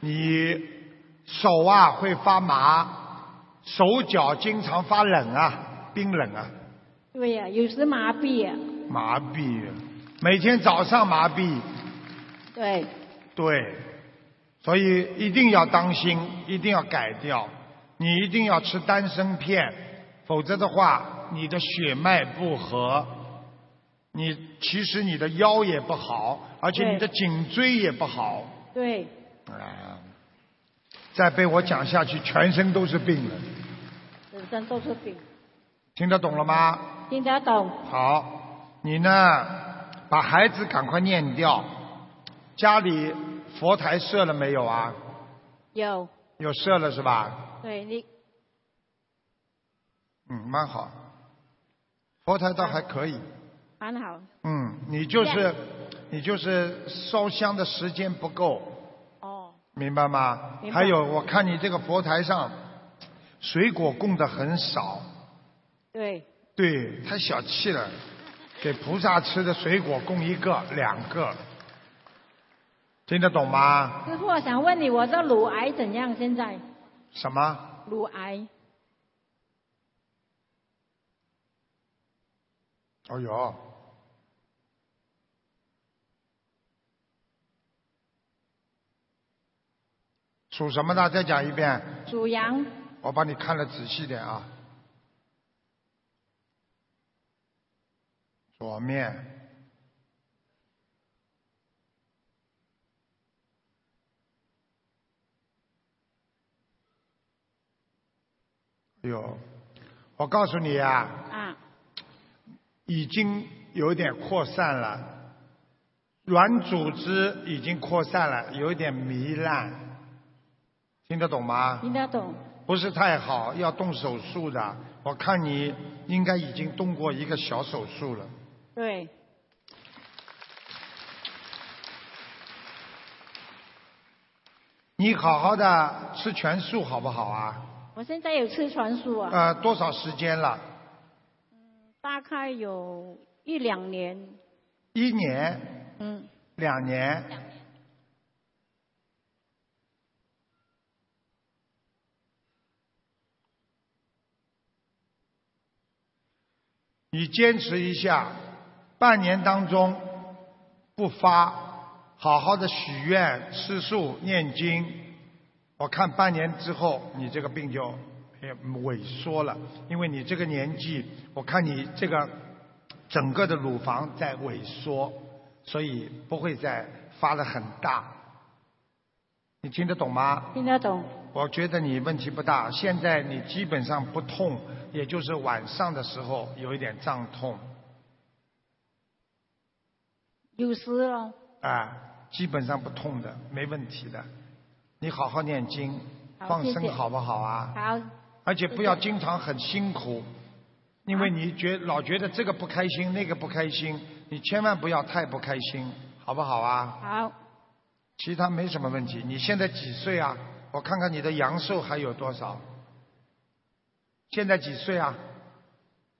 [SPEAKER 2] 你手啊会发麻，手脚经常发冷啊，冰冷啊，
[SPEAKER 7] 对呀、有时麻痹呀、
[SPEAKER 2] 麻痹啊，每天早上麻痹，
[SPEAKER 7] 对，
[SPEAKER 2] 对，所以一定要当心，一定要改掉。你一定要吃丹参片，否则的话，你的血脉不和，你其实你的腰也不好，而且你的颈椎也不好。
[SPEAKER 7] 对，
[SPEAKER 2] 啊！再被我讲下去，全身都是病了。
[SPEAKER 7] 人生都是病，
[SPEAKER 2] 听得懂了吗？
[SPEAKER 7] 听得懂，
[SPEAKER 2] 好，你呢，把孩子赶快念掉。家里佛台设了没有啊？
[SPEAKER 7] 有，
[SPEAKER 2] 有设了是吧？
[SPEAKER 7] 对你，
[SPEAKER 2] 嗯，蛮好。佛台倒还可以。
[SPEAKER 7] 很好，
[SPEAKER 2] 嗯，你就是你就是烧香的时间不够，
[SPEAKER 7] 哦，
[SPEAKER 2] 明白吗？
[SPEAKER 7] 明白
[SPEAKER 2] 还有，我看你这个佛台上水果供的很少，
[SPEAKER 7] 对，
[SPEAKER 2] 对，太小气了。给菩萨吃的水果供一个、两个，听得懂吗？
[SPEAKER 7] 师傅，我想问你，我的乳癌怎样？现在
[SPEAKER 2] 什么？
[SPEAKER 7] 乳癌，
[SPEAKER 2] 哦哟，属什么的？再讲一遍。
[SPEAKER 7] 属羊，
[SPEAKER 2] 我帮你看得仔细点啊。左面，有，哎我告诉你啊，
[SPEAKER 7] 啊，
[SPEAKER 2] 已经有点扩散了，软组织已经扩散了，有点糜烂，听得懂吗？
[SPEAKER 7] 听得懂，
[SPEAKER 2] 不是太好，要动手术的。我看你应该已经动过一个小手术了。
[SPEAKER 7] 对，
[SPEAKER 2] 你好好的吃全素好不好啊？
[SPEAKER 7] 我现在有吃传输啊，
[SPEAKER 2] 呃，多少时间了？
[SPEAKER 7] 大概有一两年，
[SPEAKER 2] 一年、
[SPEAKER 7] 嗯，
[SPEAKER 2] 两年？你坚持一下，半年当中不发，好好的许愿、吃素、念经，我看半年之后你这个病就也萎缩了，因为你这个年纪，我看你这个整个的乳房在萎缩，所以不会再发的很大。你听得懂吗？
[SPEAKER 7] 听得懂。
[SPEAKER 2] 我觉得你问题不大，现在你基本上不痛，也就是晚上的时候有一点胀痛，
[SPEAKER 7] 有时了，
[SPEAKER 2] 啊，基本上不痛的，没问题的。你好好念经，
[SPEAKER 7] 好
[SPEAKER 2] 放
[SPEAKER 7] 谢
[SPEAKER 2] 生
[SPEAKER 7] 谢
[SPEAKER 2] 好不好啊？
[SPEAKER 7] 好，
[SPEAKER 2] 而且不要经常很辛苦，因为你觉老觉得这个不开心，那个不开心，你千万不要太不开心，好不好啊？
[SPEAKER 7] 好，
[SPEAKER 2] 其他没什么问题。你现在几岁啊？我看看你的阳寿还有多少？现在几岁啊？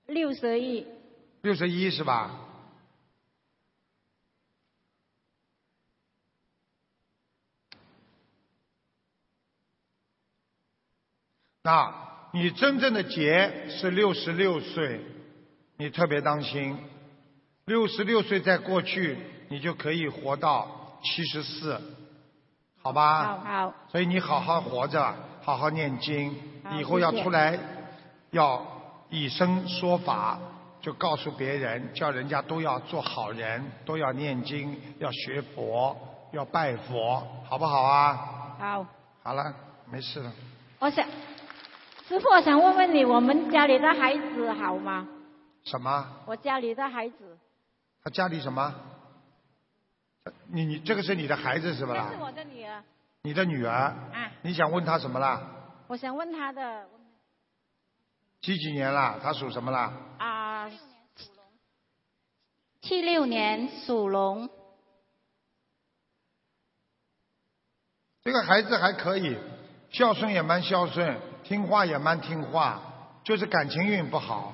[SPEAKER 7] 六十一，
[SPEAKER 2] 六十一是吧？那你真正的劫是六十六岁，你特别当心。六十六岁再过去，你就可以活到七十四，好吧？
[SPEAKER 7] 好好，
[SPEAKER 2] 所以你好好活着，好好念经，
[SPEAKER 7] 好
[SPEAKER 2] 以后要
[SPEAKER 7] 啊谢谢
[SPEAKER 2] 出来要以身说法，就告诉别人，叫人家都要做好人，都要念经，要学佛，要拜佛，好不好啊？
[SPEAKER 7] 好。
[SPEAKER 2] 好了，没事了。
[SPEAKER 7] 我想，师傅，我想问问你，我们家里的孩子好吗？
[SPEAKER 2] 什么？
[SPEAKER 7] 我家里的孩子，
[SPEAKER 2] 他家里什么？你你这个是你的孩子是吧？
[SPEAKER 7] 这是
[SPEAKER 2] 啦？
[SPEAKER 7] 我的女儿
[SPEAKER 2] 你的女儿，
[SPEAKER 7] 啊，
[SPEAKER 2] 你想问他什么啦？
[SPEAKER 7] 我想问她的
[SPEAKER 2] 几几年啦？他属什么啦？
[SPEAKER 7] 啊，
[SPEAKER 9] 七六年属龙，
[SPEAKER 2] 这个孩子还可以，孝顺也蛮孝顺，听话也蛮听话，就是感情运不好。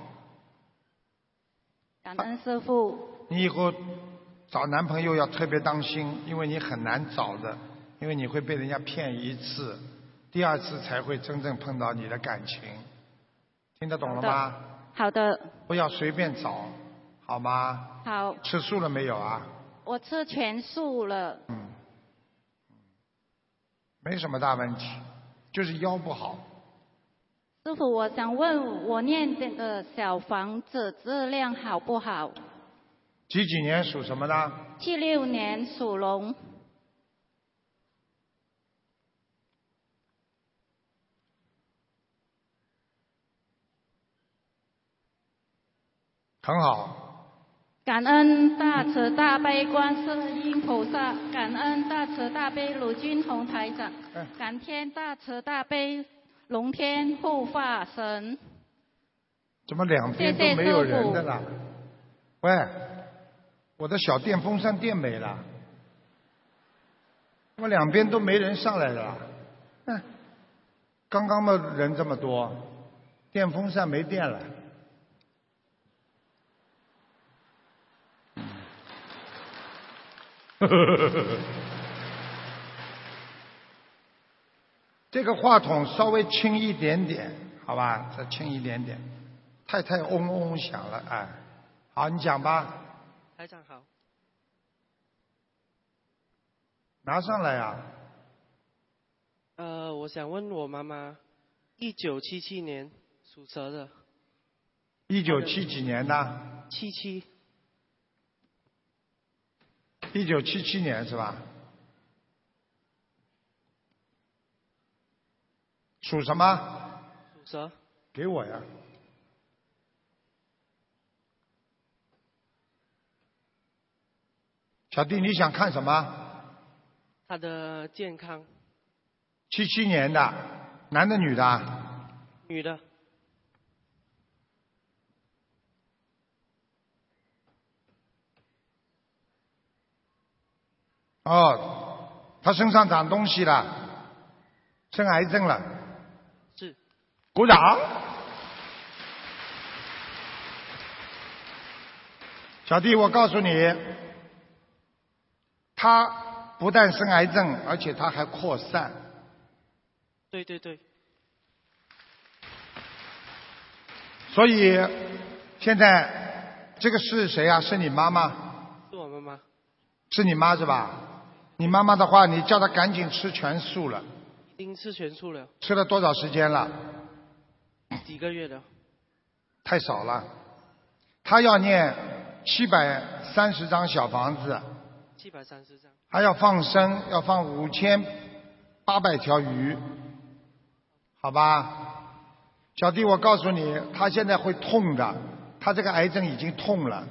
[SPEAKER 9] 感恩师傅。
[SPEAKER 2] 你以后找男朋友要特别当心，因为你很难找的，因为你会被人家骗一次，第二次才会真正碰到你的感情。听得懂了吗？
[SPEAKER 9] 好的，
[SPEAKER 2] 不要随便找，好吗？
[SPEAKER 9] 好，
[SPEAKER 2] 吃素了没有啊？
[SPEAKER 9] 我吃全素了，
[SPEAKER 2] 嗯，没什么大问题，就是腰不好。
[SPEAKER 9] 师傅，我想问我念这个小房子质量好不好？
[SPEAKER 2] 几几年属什么的？
[SPEAKER 9] 七六年属龙，
[SPEAKER 2] 很好，
[SPEAKER 9] 感恩大慈大悲观世音菩萨，感恩大慈大悲鲁军红台长，
[SPEAKER 2] 哎
[SPEAKER 9] 感天大慈大悲龙天护法神。
[SPEAKER 2] 怎么两边都没有人的啦？喂，我的小电风扇电没了，怎么两边都没人上来了啊？嗯，刚刚嘛人这么多，电风扇没电了。这个话筒稍微轻一点点，好吧，再轻一点点，太太嗡嗡嗡响了，哎，好，你讲吧，
[SPEAKER 10] 台长好，
[SPEAKER 2] 拿上来啊，
[SPEAKER 10] 呃，我想问我妈妈，一九七七年属蛇的，
[SPEAKER 2] 一九七几年的？
[SPEAKER 10] 七七，
[SPEAKER 2] 一九七七年是吧？属什么？
[SPEAKER 10] 属蛇，
[SPEAKER 2] 给我呀。小弟，你想看什么？
[SPEAKER 10] 她的健康，
[SPEAKER 2] 七七年的，男的女的啊？
[SPEAKER 10] 女的，
[SPEAKER 2] 哦，他身上长东西了，生癌症了。
[SPEAKER 10] 是。
[SPEAKER 2] 鼓掌。小弟，我告诉你，他不但生癌症，而且他还扩散。
[SPEAKER 10] 对对对，
[SPEAKER 2] 所以现在这个是谁啊？是你妈妈？
[SPEAKER 10] 是我妈妈。
[SPEAKER 2] 是你妈是吧？你妈妈的话，你叫她赶紧吃全素了。
[SPEAKER 10] 已经吃全素了，
[SPEAKER 2] 吃了多少时间了？
[SPEAKER 10] 几个月了？
[SPEAKER 2] 太少了。她要念七百三十张小房子，
[SPEAKER 10] 七百三十张。
[SPEAKER 2] 还要放生，要放五千八百条鱼，好吧？小弟，我告诉你，她现在会痛的，她这个癌症已经痛了。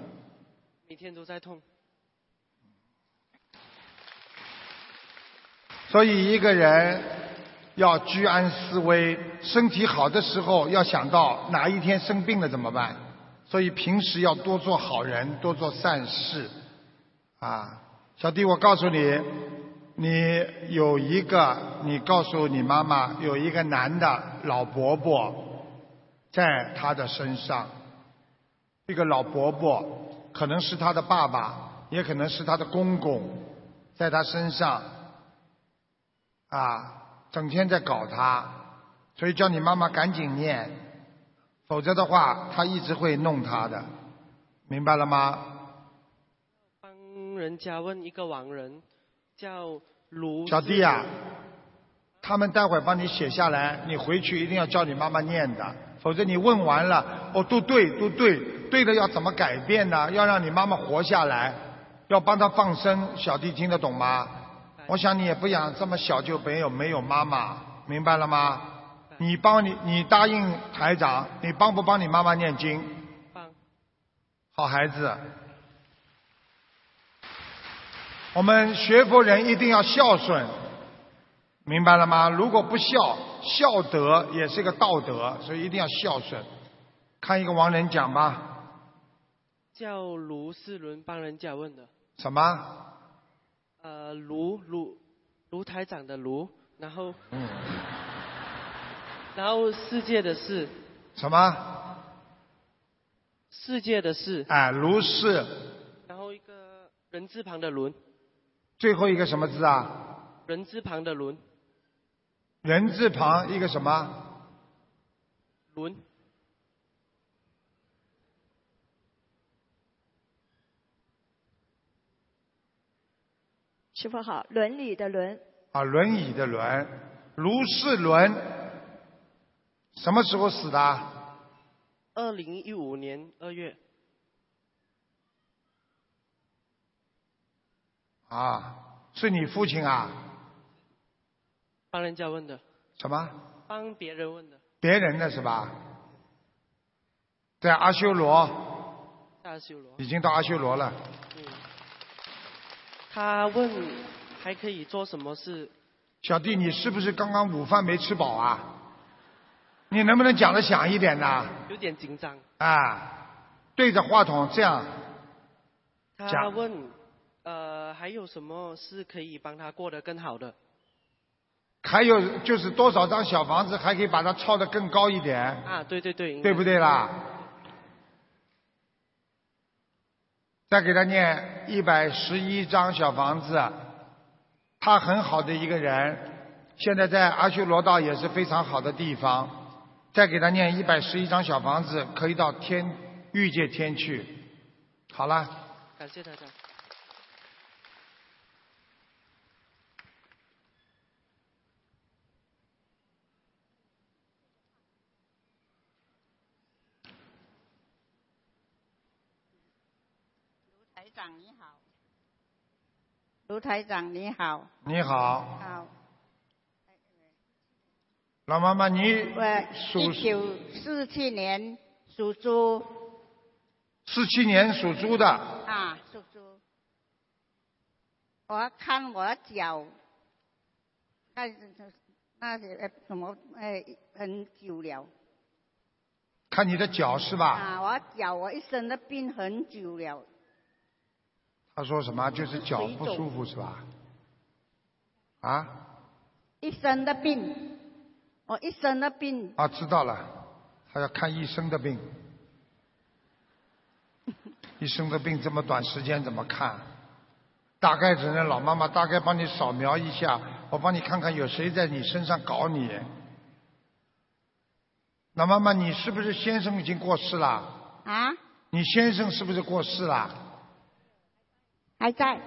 [SPEAKER 10] 每天都在痛。
[SPEAKER 2] 所以一个人要居安思危，身体好的时候要想到哪一天生病了怎么办。所以平时要多做好人，多做善事。啊，小弟，我告诉你，你有一个，你告诉你妈妈有一个男的老伯伯在她的身上，这个老伯伯可能是她的爸爸，也可能是她的公公，在她身上。啊，整天在搞他，所以叫你妈妈赶紧念，否则的话，他一直会弄他的，明白了吗？
[SPEAKER 10] 帮人家问一个亡人，叫卢。
[SPEAKER 2] 小弟啊，他们待会儿帮你写下来，你回去一定要叫你妈妈念的，否则你问完了，哦，都对，都对，对的要怎么改变呢？要让你妈妈活下来，要帮她放生，小弟听得懂吗？我想你也不想这么小就没有没有妈妈，明白了吗？你帮你你答应台长，你帮不帮你妈妈念经？
[SPEAKER 10] 帮。
[SPEAKER 2] 好孩子，我们学佛人一定要孝顺，明白了吗？如果不孝，孝德也是一个道德，所以一定要孝顺。看一个亡人讲吧，
[SPEAKER 10] 叫卢世伦帮人家问的。
[SPEAKER 2] 什么？
[SPEAKER 10] 呃，卢卢卢台长的卢，然后，
[SPEAKER 2] 嗯、
[SPEAKER 10] 然后世界的世，
[SPEAKER 2] 什么？
[SPEAKER 10] 世界的世，
[SPEAKER 2] 哎，卢氏，
[SPEAKER 10] 然后一个人字旁的伦，
[SPEAKER 2] 最后一个什么字啊？
[SPEAKER 10] 人字旁的伦，
[SPEAKER 2] 人字旁一个什么？
[SPEAKER 10] 伦，
[SPEAKER 3] 师傅好，伦理的伦，
[SPEAKER 2] 啊，轮椅的轮，卢世伦，什么时候死的啊？
[SPEAKER 10] 二零一五年二月，
[SPEAKER 2] 啊，是你父亲啊？
[SPEAKER 10] 帮人家问的，
[SPEAKER 2] 什么？
[SPEAKER 10] 帮别人问的，
[SPEAKER 2] 别人的是吧？在阿修罗，
[SPEAKER 10] 大修罗，
[SPEAKER 2] 已经到阿修罗了。
[SPEAKER 10] 他问还可以做什么事？
[SPEAKER 2] 小弟，你是不是刚刚午饭没吃饱啊？你能不能讲的响一点呐？
[SPEAKER 10] 有点紧张。
[SPEAKER 2] 啊，对着话筒这样，
[SPEAKER 10] 他
[SPEAKER 2] 讲
[SPEAKER 10] 问，呃，还有什么事可以帮他过得更好的？
[SPEAKER 2] 还有就是多少张小房子还可以把它抄得更高一点，
[SPEAKER 10] 啊，对对对，应该
[SPEAKER 2] 对不对？啦？再给他念一百十一张小房子，他很好的一个人，现在在阿修罗道也是非常好的地方。再给他念一百十一张小房子，可以到天欲界天去。好了，
[SPEAKER 10] 感谢大家。
[SPEAKER 5] 台长你好，卢台长你好，
[SPEAKER 2] 你好，
[SPEAKER 5] 好，
[SPEAKER 2] 老妈妈，你
[SPEAKER 5] 我
[SPEAKER 2] 属
[SPEAKER 5] 一九四七年属猪
[SPEAKER 2] 四七年属猪的，
[SPEAKER 5] 啊，属猪。我看我脚，看那呃怎么哎很久了
[SPEAKER 2] 看你的脚是吧？
[SPEAKER 5] 啊，我脚我一身的病很久了，
[SPEAKER 2] 他说什么？就是脚不舒服是吧？啊
[SPEAKER 5] 一身的病，我一身的病。
[SPEAKER 2] 啊，知道了，他要看医生的病。医生的病这么短时间怎么看？大概只能老妈妈大概帮你扫描一下，我帮你看看有谁在你身上搞你。老妈妈，你是不是先生已经过世了？
[SPEAKER 5] 啊，
[SPEAKER 2] 你先生是不是过世了？
[SPEAKER 5] 还在，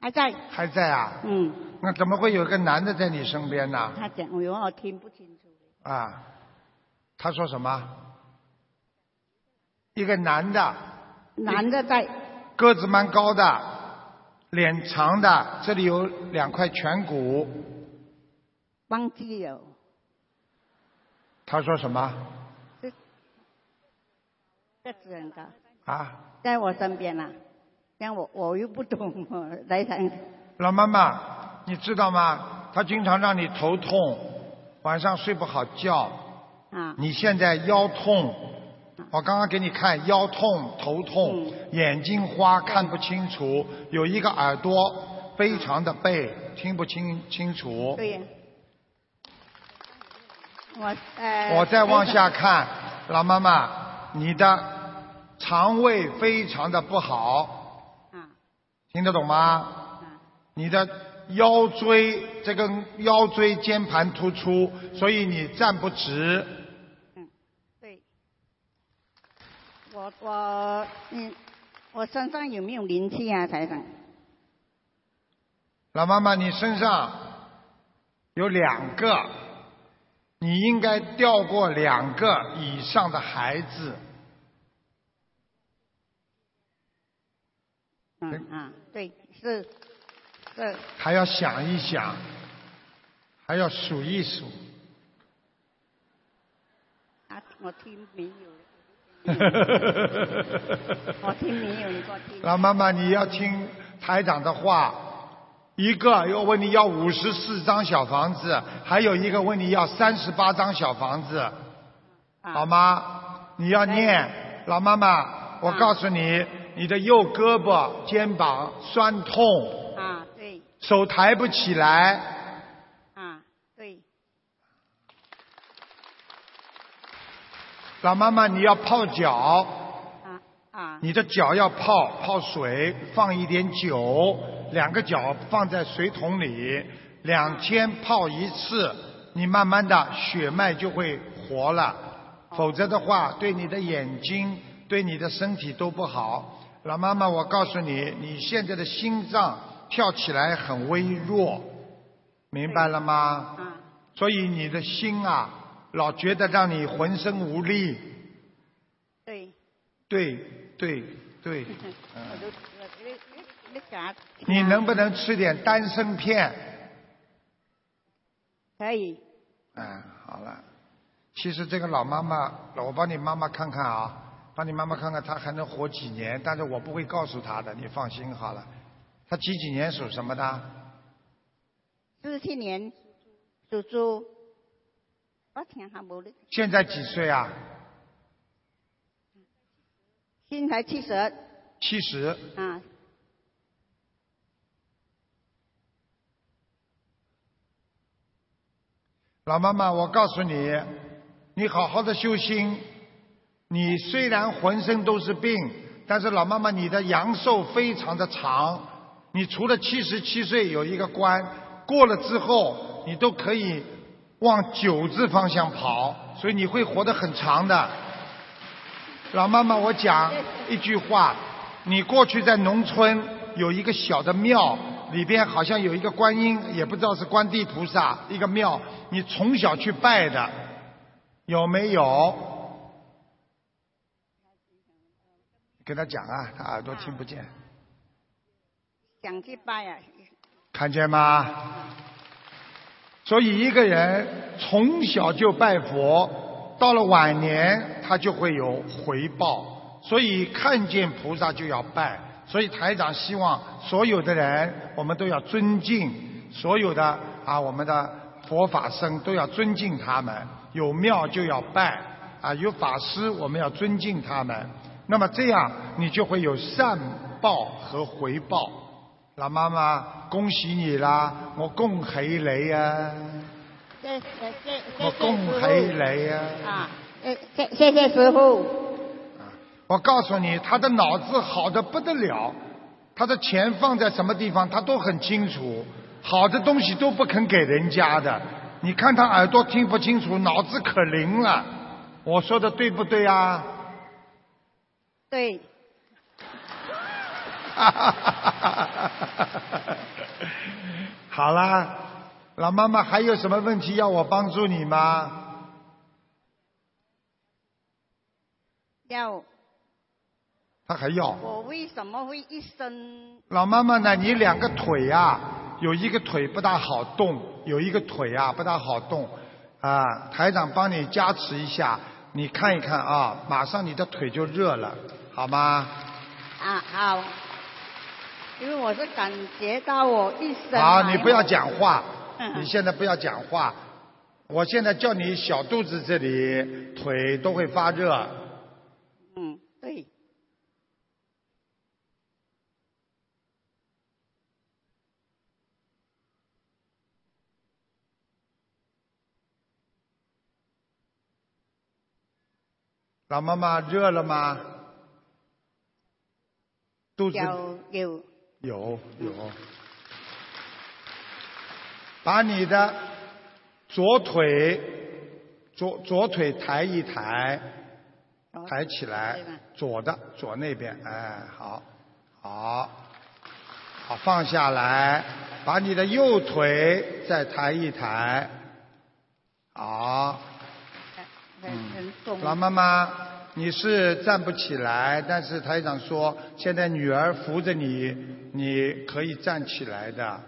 [SPEAKER 5] 还在。
[SPEAKER 2] 还在啊？
[SPEAKER 5] 嗯。
[SPEAKER 2] 那怎么会有个男的在你身边呢？
[SPEAKER 5] 他讲，哎呦，我听不清楚。
[SPEAKER 2] 啊，他说什么？一个男的，
[SPEAKER 5] 男的在，
[SPEAKER 2] 个子蛮高的，脸长的，这里有两块颧骨。
[SPEAKER 5] 忘记了，
[SPEAKER 2] 他说什么？
[SPEAKER 5] 这只能的，
[SPEAKER 2] 啊，
[SPEAKER 5] 在我身边啦、但我我又不懂，我来讲，
[SPEAKER 2] 老妈妈，你知道吗？他经常让你头痛，晚上睡不好觉。
[SPEAKER 5] 啊。
[SPEAKER 2] 你现在腰痛，我刚刚给你看腰痛、头痛、眼睛花看不清楚，有一个耳朵非常的背，听不清清楚。
[SPEAKER 5] 对呀、我呃。
[SPEAKER 2] 我再往下
[SPEAKER 5] 非常。
[SPEAKER 2] 看，老妈妈，你的肠胃非常的不好，
[SPEAKER 5] 嗯
[SPEAKER 2] 听得懂吗？你的腰椎这根腰椎间盘突出，所以你站不直。
[SPEAKER 5] 我我嗯，我身上有没有灵气啊，台长？
[SPEAKER 2] 老妈妈，你身上有两个，你应该掉过两个以上的孩子。
[SPEAKER 5] 嗯啊，对，是是
[SPEAKER 2] 还要想一想，还要数一数。
[SPEAKER 5] 啊，我听没有。 <laughs> 我听没有，你给我听。
[SPEAKER 2] 老妈妈，你要听台长的话。一个要问你要五十四张小房子，还有一个问你要三十八张小房子，
[SPEAKER 5] 啊
[SPEAKER 2] 好吗？你要念，
[SPEAKER 5] 哎
[SPEAKER 2] 老妈妈，
[SPEAKER 5] 啊
[SPEAKER 2] 我告诉你，你的右胳膊、肩膀酸痛，
[SPEAKER 5] 啊，对
[SPEAKER 2] 手抬不起来，
[SPEAKER 5] 啊，对，
[SPEAKER 2] 老妈妈你要泡脚，
[SPEAKER 5] 啊
[SPEAKER 2] 你的脚要泡泡水，放一点酒，两个脚放在水桶里，两天泡一次，你慢慢的血脉就会活了，
[SPEAKER 5] 哦
[SPEAKER 2] 否则的话对你的眼睛、对你的身体都不好。老妈妈，我告诉你，你现在的心脏跳起来很微弱，明白了吗？
[SPEAKER 5] 啊
[SPEAKER 2] 所以你的心啊，老觉得让你浑身无力。
[SPEAKER 5] 对，
[SPEAKER 2] 对对
[SPEAKER 5] <laughs>
[SPEAKER 2] 对，嗯
[SPEAKER 5] 我都我你你你讲啊
[SPEAKER 2] 你能不能吃点丹参片？
[SPEAKER 5] 可以
[SPEAKER 2] 嗯，好了。其实这个老妈妈，我帮你妈妈看看啊，帮你妈妈看看她还能活几年，但是我不会告诉她的，你放心好了。她几几年属什么的？
[SPEAKER 5] 四七年，猪猪，我听还冇力，
[SPEAKER 2] 现在几岁啊？
[SPEAKER 5] 现在七十
[SPEAKER 2] 七十。
[SPEAKER 5] 啊，
[SPEAKER 2] 老妈妈，我告诉你，你好好的修心。你虽然浑身都是病，但是老妈妈你的阳寿非常的长。你除了七十七岁有一个关过了之后，你都可以往九字方向跑，所以你会活得很长的。老妈妈，我讲一句话，你过去在农村有一个小的庙，里边好像有一个观音，也不知道是观地菩萨，一个庙，你从小去拜的，有没有？跟他讲啊，他耳朵听不见，
[SPEAKER 5] 想去拜啊，
[SPEAKER 2] 看见吗？所以一个人从小就拜佛，到了晚年他就会有回报。所以看见菩萨就要拜。所以台长希望所有的人，我们都要尊敬所有的啊，我们的佛法僧都要尊敬他们。有庙就要拜啊，有法师我们要尊敬他们。那么这样你就会有善报和回报。老妈妈，恭喜你啦！我恭喜你啊！
[SPEAKER 5] 谢谢谢
[SPEAKER 2] 我恭喜你啊！
[SPEAKER 5] 啊，谢谢谢师傅。
[SPEAKER 2] 我告诉你，他的脑子好的不得了，他的钱放在什么地方他都很清楚，好的东西都不肯给人家的。你看他耳朵听不清楚，脑子可灵了。我说的对不对啊？
[SPEAKER 5] 对，
[SPEAKER 2] <laughs> 好啦，老妈妈还有什么问题要我帮助你吗？
[SPEAKER 5] 要
[SPEAKER 2] 她还要。
[SPEAKER 5] 我为什么会一生
[SPEAKER 2] 老妈妈呢？你两个腿呀、有一个腿不大好动，有一个腿呀、不大好动啊。台长帮你加持一下，你看一看啊，马上你的腿就热了，好吗？
[SPEAKER 5] 啊好？因为我是感觉到我一
[SPEAKER 2] 好，
[SPEAKER 5] 生来
[SPEAKER 2] 啊你不要讲话，
[SPEAKER 5] 嗯
[SPEAKER 2] 你现在不要讲话。我现在叫你小肚子这里腿都会发热，
[SPEAKER 5] 嗯对，
[SPEAKER 2] 老妈妈热了吗？肚子
[SPEAKER 5] 有有
[SPEAKER 2] 有有，把你的左腿左左腿抬一抬，抬起来，左的左那边，哎，好，好，好放下来，把你的右腿再抬一抬，好，嗯
[SPEAKER 5] 很很重。
[SPEAKER 2] 老妈妈，你是站不起来，但是台长说现在女儿扶着你，你可以站起来的，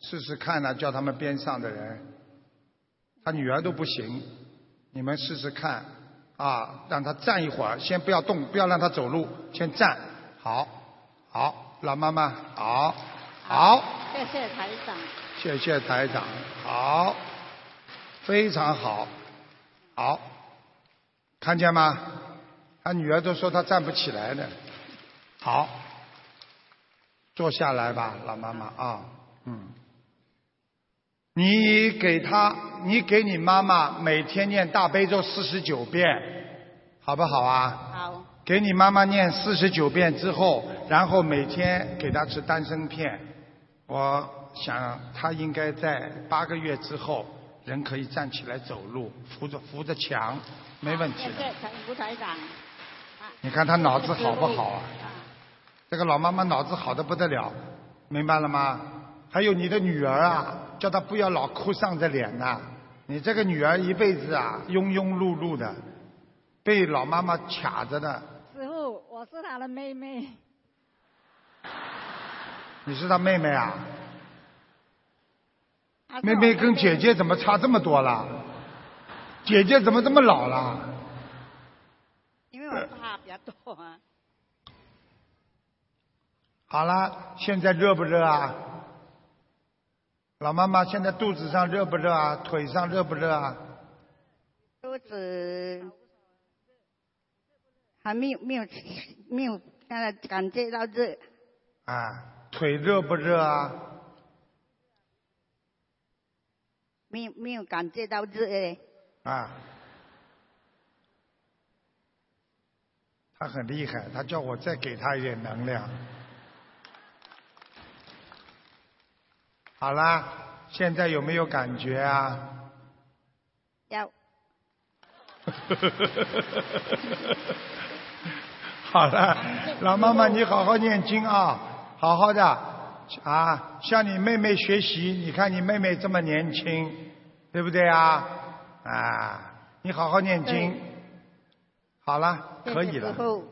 [SPEAKER 2] 试试看呢、啊叫他们边上的人，他女儿都不行，你们试试看啊，让她站一会儿，先不要动，不要让她走路，先站，好，好，老妈妈，好，好。
[SPEAKER 11] 谢谢台长。
[SPEAKER 2] 谢谢台长，好，非常好，好，看见吗？他女儿都说她站不起来了，好，坐下来吧，老妈妈啊，嗯，你给她，你给你妈妈每天念大悲咒四十九遍，好不好啊？
[SPEAKER 5] 好，
[SPEAKER 2] 给你妈妈念四十九遍之后，然后每天给她吃丹参片。我想她应该在八个月之后，人可以站起来走路，扶着扶着墙，没问题
[SPEAKER 5] 啊
[SPEAKER 11] 谢
[SPEAKER 2] 的。
[SPEAKER 11] 谢台吴台长。
[SPEAKER 2] 你看她脑子好不好啊？这个老妈妈脑子好的不得了，明白了吗？还有你的女儿啊，叫她不要老哭丧着脸呐、你这个女儿一辈子啊，庸庸碌碌的，被老妈妈卡着的。
[SPEAKER 12] 师傅，我是他的妹妹。
[SPEAKER 2] 你是她妹妹啊？
[SPEAKER 12] 她是
[SPEAKER 2] 妹
[SPEAKER 12] 我
[SPEAKER 2] 妹跟姐姐怎么差这么多啦？姐姐怎么这么老啦？
[SPEAKER 5] 啊因为我怕比较多啊。
[SPEAKER 2] 好啦，现在热不热啊？老妈妈现在肚子上热不热啊？腿上热不热啊？
[SPEAKER 5] 肚子还没有没有没有，现在感觉到热，
[SPEAKER 2] 啊，腿热不热啊？
[SPEAKER 5] 没有没有感觉到热哎。
[SPEAKER 2] 啊，他很厉害，他叫我再给他一点能量。好啦，现在有没有感觉啊？
[SPEAKER 5] 要
[SPEAKER 2] <laughs> 好了，老妈妈，你好好念经啊，好好的啊，向你妹妹学习。你看你妹妹这么年轻，对不对啊？啊，你好好念经
[SPEAKER 5] 对。
[SPEAKER 2] 好了，可以
[SPEAKER 5] 谢谢
[SPEAKER 2] 了
[SPEAKER 5] 师。傅，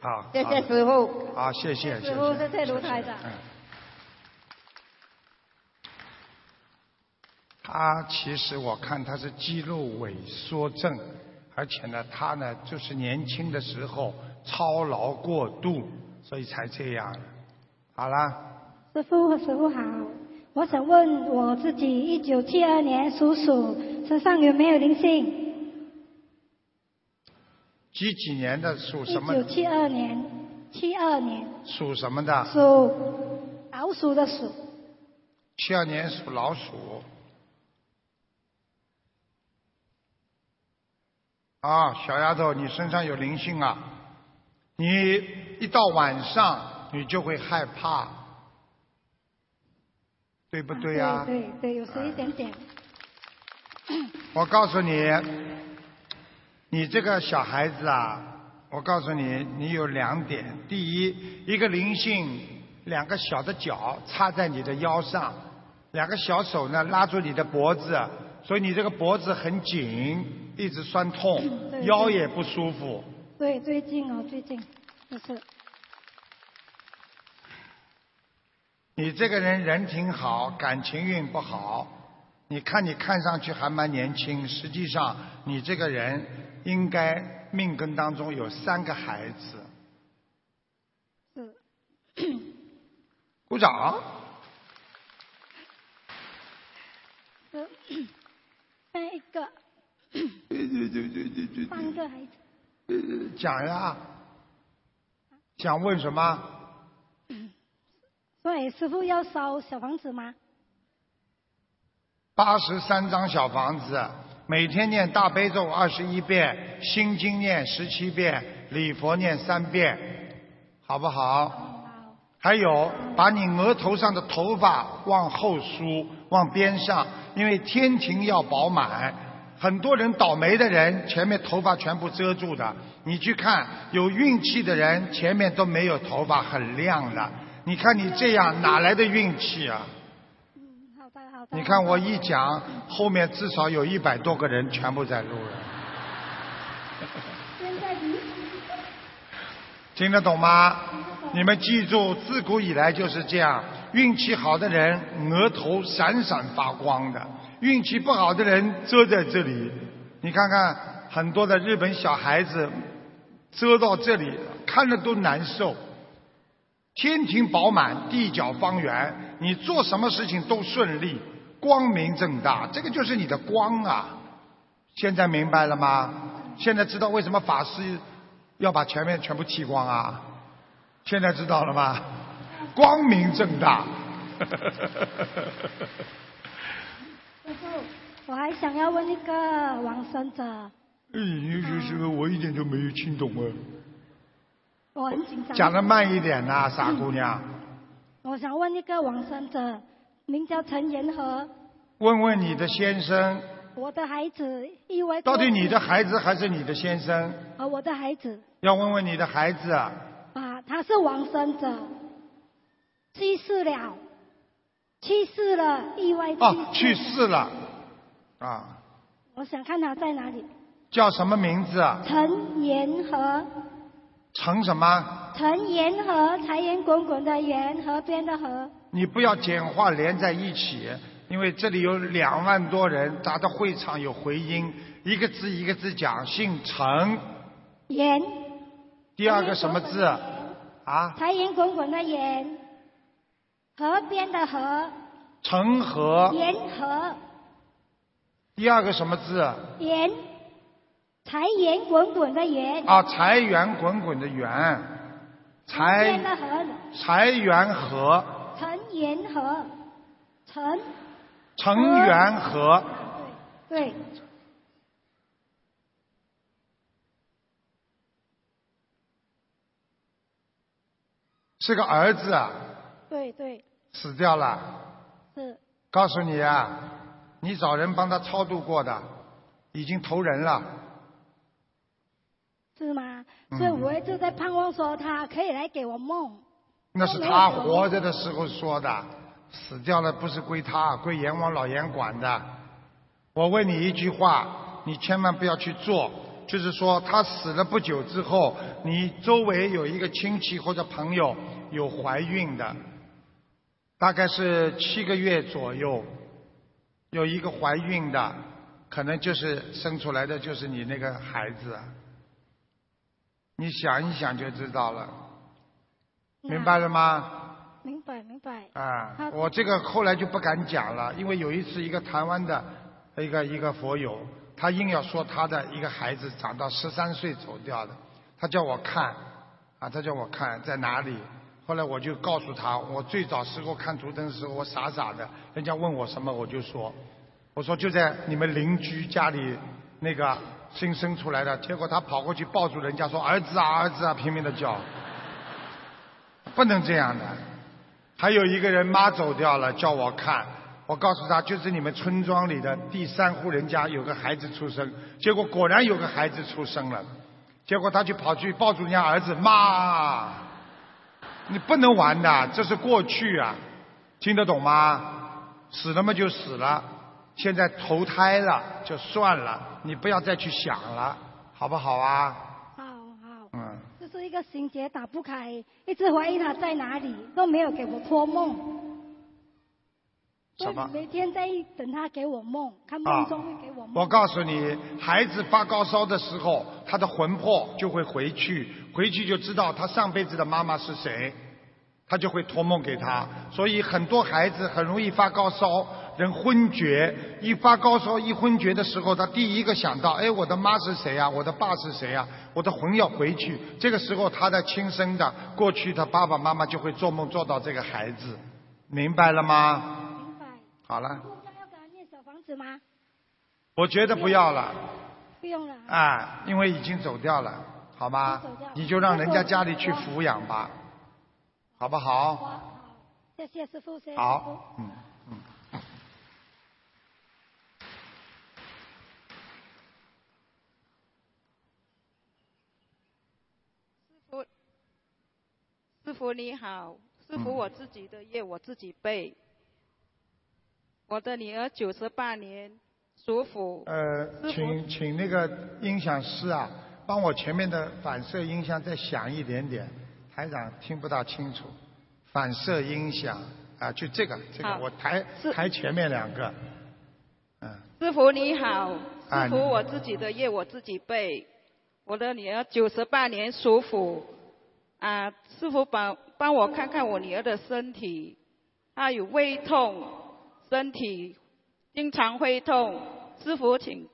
[SPEAKER 2] 好，
[SPEAKER 5] 谢
[SPEAKER 2] 好
[SPEAKER 5] 谢师傅。
[SPEAKER 2] 好，啊谢谢，谢
[SPEAKER 12] 师傅，谢
[SPEAKER 2] 谢。
[SPEAKER 12] 谢卢台长。
[SPEAKER 2] 他其实我看他是肌肉萎缩症，而且呢，他呢就是年轻的时候操劳过度，所以才这样。好啦，
[SPEAKER 13] 师傅，师傅好，我想问我自己，一九七二年属鼠，身上有没有灵性？
[SPEAKER 2] 几几年的属
[SPEAKER 13] 一
[SPEAKER 2] 什么？
[SPEAKER 13] 九七二年，七二年
[SPEAKER 2] 属什么的？
[SPEAKER 13] 属老鼠的鼠，
[SPEAKER 2] 七二年属老鼠。啊，小丫头，你身上有灵性啊！你一到晚上，你就会害怕，对不对啊呀、
[SPEAKER 13] 啊对对对，有时一
[SPEAKER 2] <coughs>
[SPEAKER 13] 点点。
[SPEAKER 2] 我告诉你，你这个小孩子啊，我告诉你，你有两点：第一，一个灵性，两个小的脚插在你的腰上，两个小手呢拉住你的脖子，所以你这个脖子很紧，一直酸痛，
[SPEAKER 13] 对
[SPEAKER 2] 腰也不舒服。
[SPEAKER 13] 对，最近哦，最近就是 <coughs>
[SPEAKER 2] 你这个人人挺好，感情运不好。你看你看上去还蛮年轻，实际上你这个人应该命根当中有三个孩子。
[SPEAKER 13] 是。
[SPEAKER 2] 鼓掌。
[SPEAKER 13] 是那一个
[SPEAKER 2] 呃
[SPEAKER 13] 三个孩子，
[SPEAKER 2] 讲呀。想问什么？
[SPEAKER 13] 所以师傅要烧小房子吗？
[SPEAKER 2] 八十三张小房子，每天念大悲咒二十一遍，心经念十七遍，礼佛念三遍，好不好？还有，把你额头上的头发往后梳，往边上，因为天庭要饱满。很多人倒霉的人，前面头发全部遮住的。你去看，有运气的人前面都没有头发，很亮的。你看你这样哪来的运气啊？你看我一讲，后面至少有一百多个人全部在录了，
[SPEAKER 13] 现在你
[SPEAKER 2] 听得懂吗？你们记住，自古以来就是这样，运气好的人额头闪闪发光的，运气不好的人遮在这里。你看看很多的日本小孩子遮到这里，看着都难受。天庭饱满，地角方圆，你做什么事情都顺利，光明正大，这个就是你的光啊！现在明白了吗？现在知道为什么法师要把前面全部剃光啊？现在知道了吗？光明正大。哎
[SPEAKER 13] 师傅，我还想要问一个往生者，
[SPEAKER 2] 哎，你这是我一点都没有听懂啊！
[SPEAKER 13] 我很紧张。
[SPEAKER 2] 讲的慢一点呐、傻姑娘。
[SPEAKER 13] 我想问一个往生者，名叫陈延和，
[SPEAKER 2] 问问你的先生，
[SPEAKER 13] 我的孩子意外
[SPEAKER 2] 到底你的孩子还是你的先生？
[SPEAKER 13] 啊，我的孩子
[SPEAKER 2] 要问问你的孩子啊。
[SPEAKER 13] 啊，他是往生者，去世了，去世了，意外去世。
[SPEAKER 2] 哦，去世了。啊，
[SPEAKER 13] 我想看他在哪里。
[SPEAKER 2] 叫什么名字啊？
[SPEAKER 13] 陈延和，
[SPEAKER 2] 陈什么？
[SPEAKER 13] 陈延和，财源滚滚的源，河边的河。
[SPEAKER 2] 你不要简化连在一起，因为这里有两万多人，咱的会场有回音，一个字一个字讲。姓陈，
[SPEAKER 13] 源，
[SPEAKER 2] 第二个什么字？啊，
[SPEAKER 13] 财源滚滚的源，河边的河，
[SPEAKER 2] 陈和。
[SPEAKER 13] 沿河，
[SPEAKER 2] 第二个什么字？
[SPEAKER 13] 源，财源滚滚的源。
[SPEAKER 2] 啊，财源滚滚的源，
[SPEAKER 13] 河边的
[SPEAKER 2] 财
[SPEAKER 13] 河，
[SPEAKER 2] 财源和，
[SPEAKER 13] 陈沿河，陈，
[SPEAKER 2] 成源和。
[SPEAKER 13] 对，
[SPEAKER 2] 是个儿子啊，
[SPEAKER 13] 对对
[SPEAKER 2] 死掉了。
[SPEAKER 13] 是，
[SPEAKER 2] 告诉你啊，你找人帮他超度过的，已经投人了。
[SPEAKER 13] 是吗？
[SPEAKER 2] 嗯
[SPEAKER 13] 所以我一直在盼望说他可以来给我梦。
[SPEAKER 2] 那是他活着的时候说的，死掉了不是归他，归阎王老阎管的。我问你一句话，你千万不要去做，就是说他死了不久之后，你周围有一个亲戚或者朋友有怀孕的，大概是七个月左右，有一个怀孕的，可能就是生出来的就是你那个孩子，啊你想一想就知道了，明白了吗？
[SPEAKER 13] 明白明白。
[SPEAKER 2] 啊
[SPEAKER 13] 他，
[SPEAKER 2] 我这个后来就不敢讲了，因为有一次一个台湾的一个一个佛友，他硬要说他的一个孩子长到十三岁走掉的，他叫我看，啊，他叫我看在哪里。后来我就告诉他，我最早时候看图腾的时候，我傻傻的，人家问我什么我就说，我说就在你们邻居家里那个新生出来的，结果他跑过去抱住人家说儿子啊儿子啊，拼命的叫，不能这样的。还有一个人妈走掉了，叫我看。我告诉他，就是你们村庄里的第三户人家有个孩子出生，结果果然有个孩子出生了。结果他就跑去抱住人家儿子骂，你不能玩的，这是过去啊，听得懂吗？死了嘛就死了，现在投胎了就算了，你不要再去想了，好不好啊？
[SPEAKER 13] 好好，
[SPEAKER 2] 嗯，
[SPEAKER 13] 这是一个心结打不开，一直怀疑他在哪里，都没有给我托梦。
[SPEAKER 2] 什么
[SPEAKER 13] 我每天在等他给我梦，看
[SPEAKER 2] 啊
[SPEAKER 13] 梦中会给我梦。
[SPEAKER 2] 我告诉你，孩子发高烧的时候，他的魂魄就会回去，回去就知道他上辈子的妈妈是谁，他就会托梦给他。所以很多孩子很容易发高烧，人昏厥。一发高烧一昏厥的时候，他第一个想到，哎，我的妈是谁啊？我的爸是谁啊？我的魂要回去。这个时候，他的亲生的过去他爸爸妈妈就会做梦做到这个孩子，明白了吗？
[SPEAKER 13] 明白。
[SPEAKER 2] 好了，
[SPEAKER 13] 要给他念小房子吗？
[SPEAKER 2] 我觉得不要了。
[SPEAKER 13] 不用了。
[SPEAKER 2] 啊，因为已经走掉了，好吗
[SPEAKER 13] 已经走掉？
[SPEAKER 2] 你就让人家家里去抚养吧，好不好？
[SPEAKER 13] 谢谢师傅，谢谢师傅。
[SPEAKER 2] 好，嗯嗯。
[SPEAKER 14] 师傅你好，师傅
[SPEAKER 15] 嗯
[SPEAKER 14] 我自己的业我自己背。我的女儿九十八年属虎，
[SPEAKER 2] 呃，请请那个音响师啊，帮我前面的反射音响再响一点点，台长听不大清楚。反射音响啊，就这个这个
[SPEAKER 14] 好，
[SPEAKER 2] 我抬抬前面两个，
[SPEAKER 14] 师傅你好，
[SPEAKER 2] 啊
[SPEAKER 14] 师傅
[SPEAKER 2] 你
[SPEAKER 14] 我自己的业我自己背。我的女儿九十八年属虎，啊，师傅帮帮我看看我女儿的身体，她有胃痛，身体经常会痛，师傅请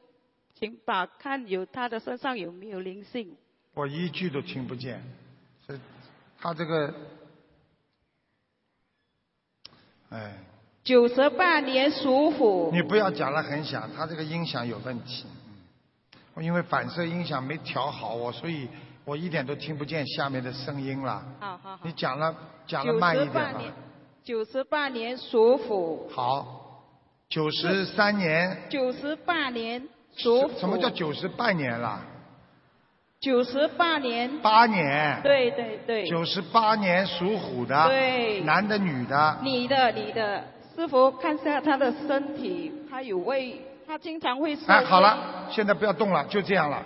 [SPEAKER 14] 请把看有她的身上有没有灵性。
[SPEAKER 2] 我一句都听不见，是他这个，哎。
[SPEAKER 14] 九十八年属虎，
[SPEAKER 2] 你不要讲了很响，他这个音响有问题。嗯，我因为反射音响没调好，我所以我一点都听不见下面的声音了。
[SPEAKER 14] 好好好
[SPEAKER 2] 你，讲了讲了
[SPEAKER 14] 九
[SPEAKER 2] 慢一
[SPEAKER 14] 十
[SPEAKER 2] 点
[SPEAKER 14] 八
[SPEAKER 2] 吧。
[SPEAKER 14] 年，九十八年属虎，
[SPEAKER 2] 好，九十三年，
[SPEAKER 14] 九十八年属虎。
[SPEAKER 2] 什么叫九十八年了？
[SPEAKER 14] 九十八年？
[SPEAKER 2] 八年。。
[SPEAKER 14] 对对对。
[SPEAKER 2] 九十八年属虎的。
[SPEAKER 14] 对嗯
[SPEAKER 2] 男的女的。
[SPEAKER 14] 你的你的师傅看一下他的身体，他有胃，他经常会受。
[SPEAKER 2] 哎，好。了，现在不要动了，就这样了。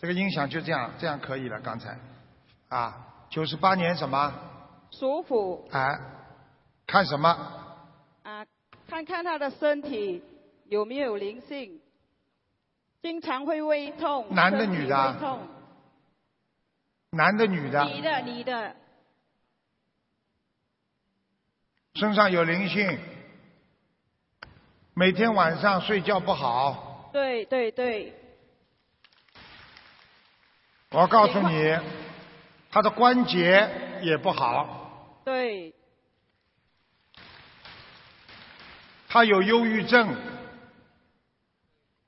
[SPEAKER 2] 这个音响就这样，这样可以了。刚才，啊，九十八年什么？
[SPEAKER 14] 属虎
[SPEAKER 2] 哎，看什么？
[SPEAKER 14] 啊，看看他的身体有没有灵性，经常会胃痛。
[SPEAKER 2] 男的
[SPEAKER 14] 身体
[SPEAKER 2] 女的啊
[SPEAKER 14] 胃痛。
[SPEAKER 2] 男的女的？
[SPEAKER 14] 你的你的
[SPEAKER 2] 身上有灵性，每天晚上睡觉不好。
[SPEAKER 14] 对对对，
[SPEAKER 2] 我告诉你，他的关节也不好，
[SPEAKER 14] 对
[SPEAKER 2] 他有忧郁症，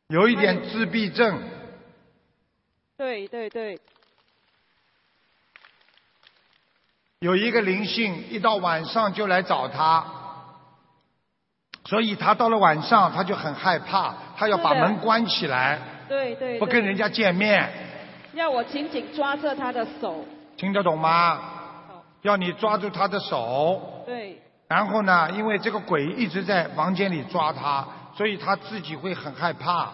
[SPEAKER 2] 有一点自闭症，
[SPEAKER 14] 对对对，
[SPEAKER 2] 有一个灵性，一到晚上就来找他，所以他到了晚上他就很害怕，他要把
[SPEAKER 14] 是的
[SPEAKER 2] 门关起来，
[SPEAKER 14] 对对，
[SPEAKER 2] 不跟人家见面，
[SPEAKER 14] 要我紧紧抓着他的手，
[SPEAKER 2] 听得懂吗？要你抓住他的手，
[SPEAKER 14] 对
[SPEAKER 2] 然后呢，因为这个鬼一直在房间里抓他，所以他自己会很害怕，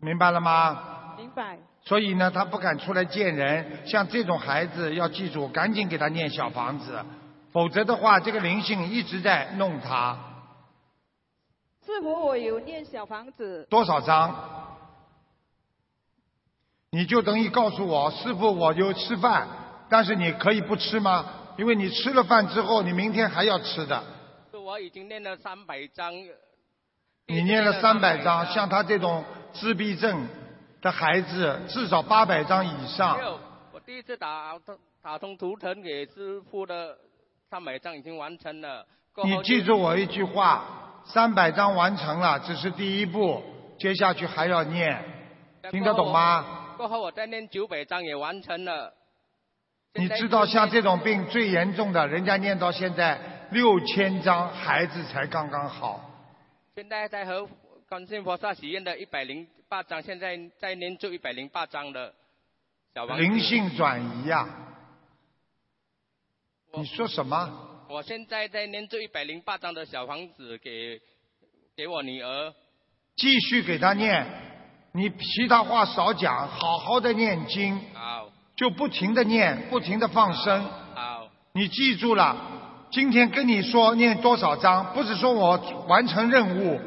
[SPEAKER 2] 明白了吗？
[SPEAKER 14] 明白。
[SPEAKER 2] 所以呢，他不敢出来见人。像这种孩子，要记住，赶紧给他念小房子，否则的话，这个灵性一直在弄他。
[SPEAKER 14] 师傅，我有念小房子，
[SPEAKER 2] 多少张？你就等于告诉我，师傅，我就吃饭，但是你可以不吃吗？因为你吃了饭之后，你明天还要吃的。
[SPEAKER 15] 是我已经念了三百章，
[SPEAKER 2] 你念了三百张，像他这种自闭症的孩子，至少八百张以上
[SPEAKER 15] 没。有，我第一次打通打通图腾给师傅的三百章已经完成了。过后
[SPEAKER 2] 你
[SPEAKER 15] 就
[SPEAKER 2] 记住我一句话：三百张完成了，只是第一步，接下去还要念，听得懂吗？？
[SPEAKER 15] 过后我再念九百章也完成了。
[SPEAKER 2] 你知道像这种病最严重的，人家念到现在六千张，孩子才刚刚好。
[SPEAKER 15] 现在在和观世音菩萨许愿的一百零八章，现在在念做一百零八章了。小王子
[SPEAKER 2] 灵性转移呀、你说什么？
[SPEAKER 15] 我现在在念这一百零八章的小房子给给我女儿，
[SPEAKER 2] 继续给他念，你其他话少讲，好好的念经，
[SPEAKER 15] 好，
[SPEAKER 2] 就不停的念，不停的放生。
[SPEAKER 15] 好，
[SPEAKER 2] 你记住了，今天跟你说念多少章，不是说我完成任务。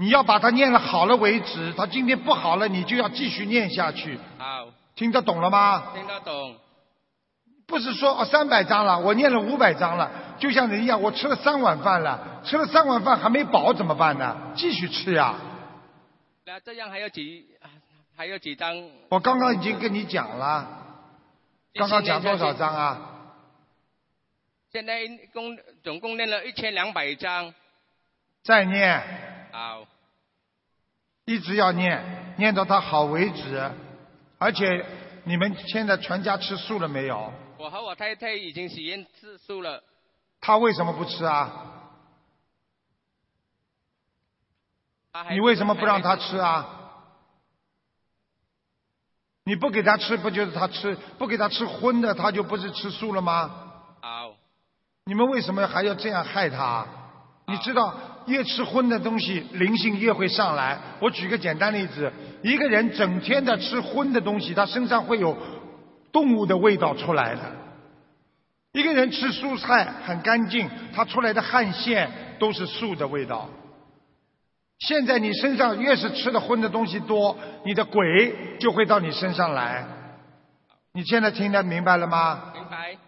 [SPEAKER 2] 你要把它念了好了为止，它今天不好了，你就要继续念下去，
[SPEAKER 15] 好，
[SPEAKER 2] 听得懂了吗？
[SPEAKER 15] 听得懂，
[SPEAKER 2] 不是说哦三百张了，我念了五百张了，就像人一样，我吃了三碗饭了，吃了三碗饭还没饱怎么办呢？继续吃啊呀！
[SPEAKER 15] 那这样还有几还有几张？
[SPEAKER 2] 我刚刚已经跟你讲了，刚刚讲多少张啊？
[SPEAKER 15] 现在共总共念了一千两百张，啊
[SPEAKER 2] 再念，
[SPEAKER 15] 好，
[SPEAKER 2] 一直要念，念到它好为止。而且你们现在全家吃素了没有？
[SPEAKER 15] 我和我太太已经许愿吃素了，
[SPEAKER 2] 他为什么不吃啊？
[SPEAKER 15] 她还
[SPEAKER 2] 你为什么不让他吃？啊？你不给他吃，不就是他吃不给他吃荤的，他就不是吃素了吗？
[SPEAKER 15] 好，
[SPEAKER 2] 你们为什么还要这样害他？啊你知道，越吃荤的东西，灵性越会上来。我举个简单例子，一个人整天的吃荤的东西，他身上会有动物的味道出来的。一个人吃蔬菜很干净，他出来的汗腺都是素的味道。现在你身上越是吃的荤的东西多，你的鬼就会到你身上来。你现在听得明白了吗？
[SPEAKER 15] 明白？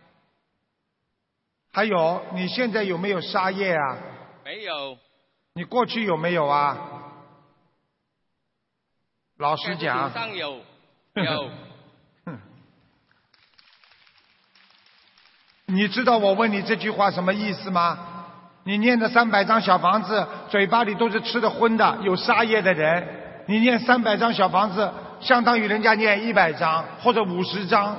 [SPEAKER 2] 还有，你现在有没有杀业啊？
[SPEAKER 15] 没有，
[SPEAKER 2] 你过去有没有啊？老实讲
[SPEAKER 15] 祖，上有，有，
[SPEAKER 2] 嗯你知道我问你这句话什么意思吗？你念的三百张小房子，嘴巴里都是吃的荤的，有杀业的人，你念三百张小房子，相当于人家念一百张或者五十张，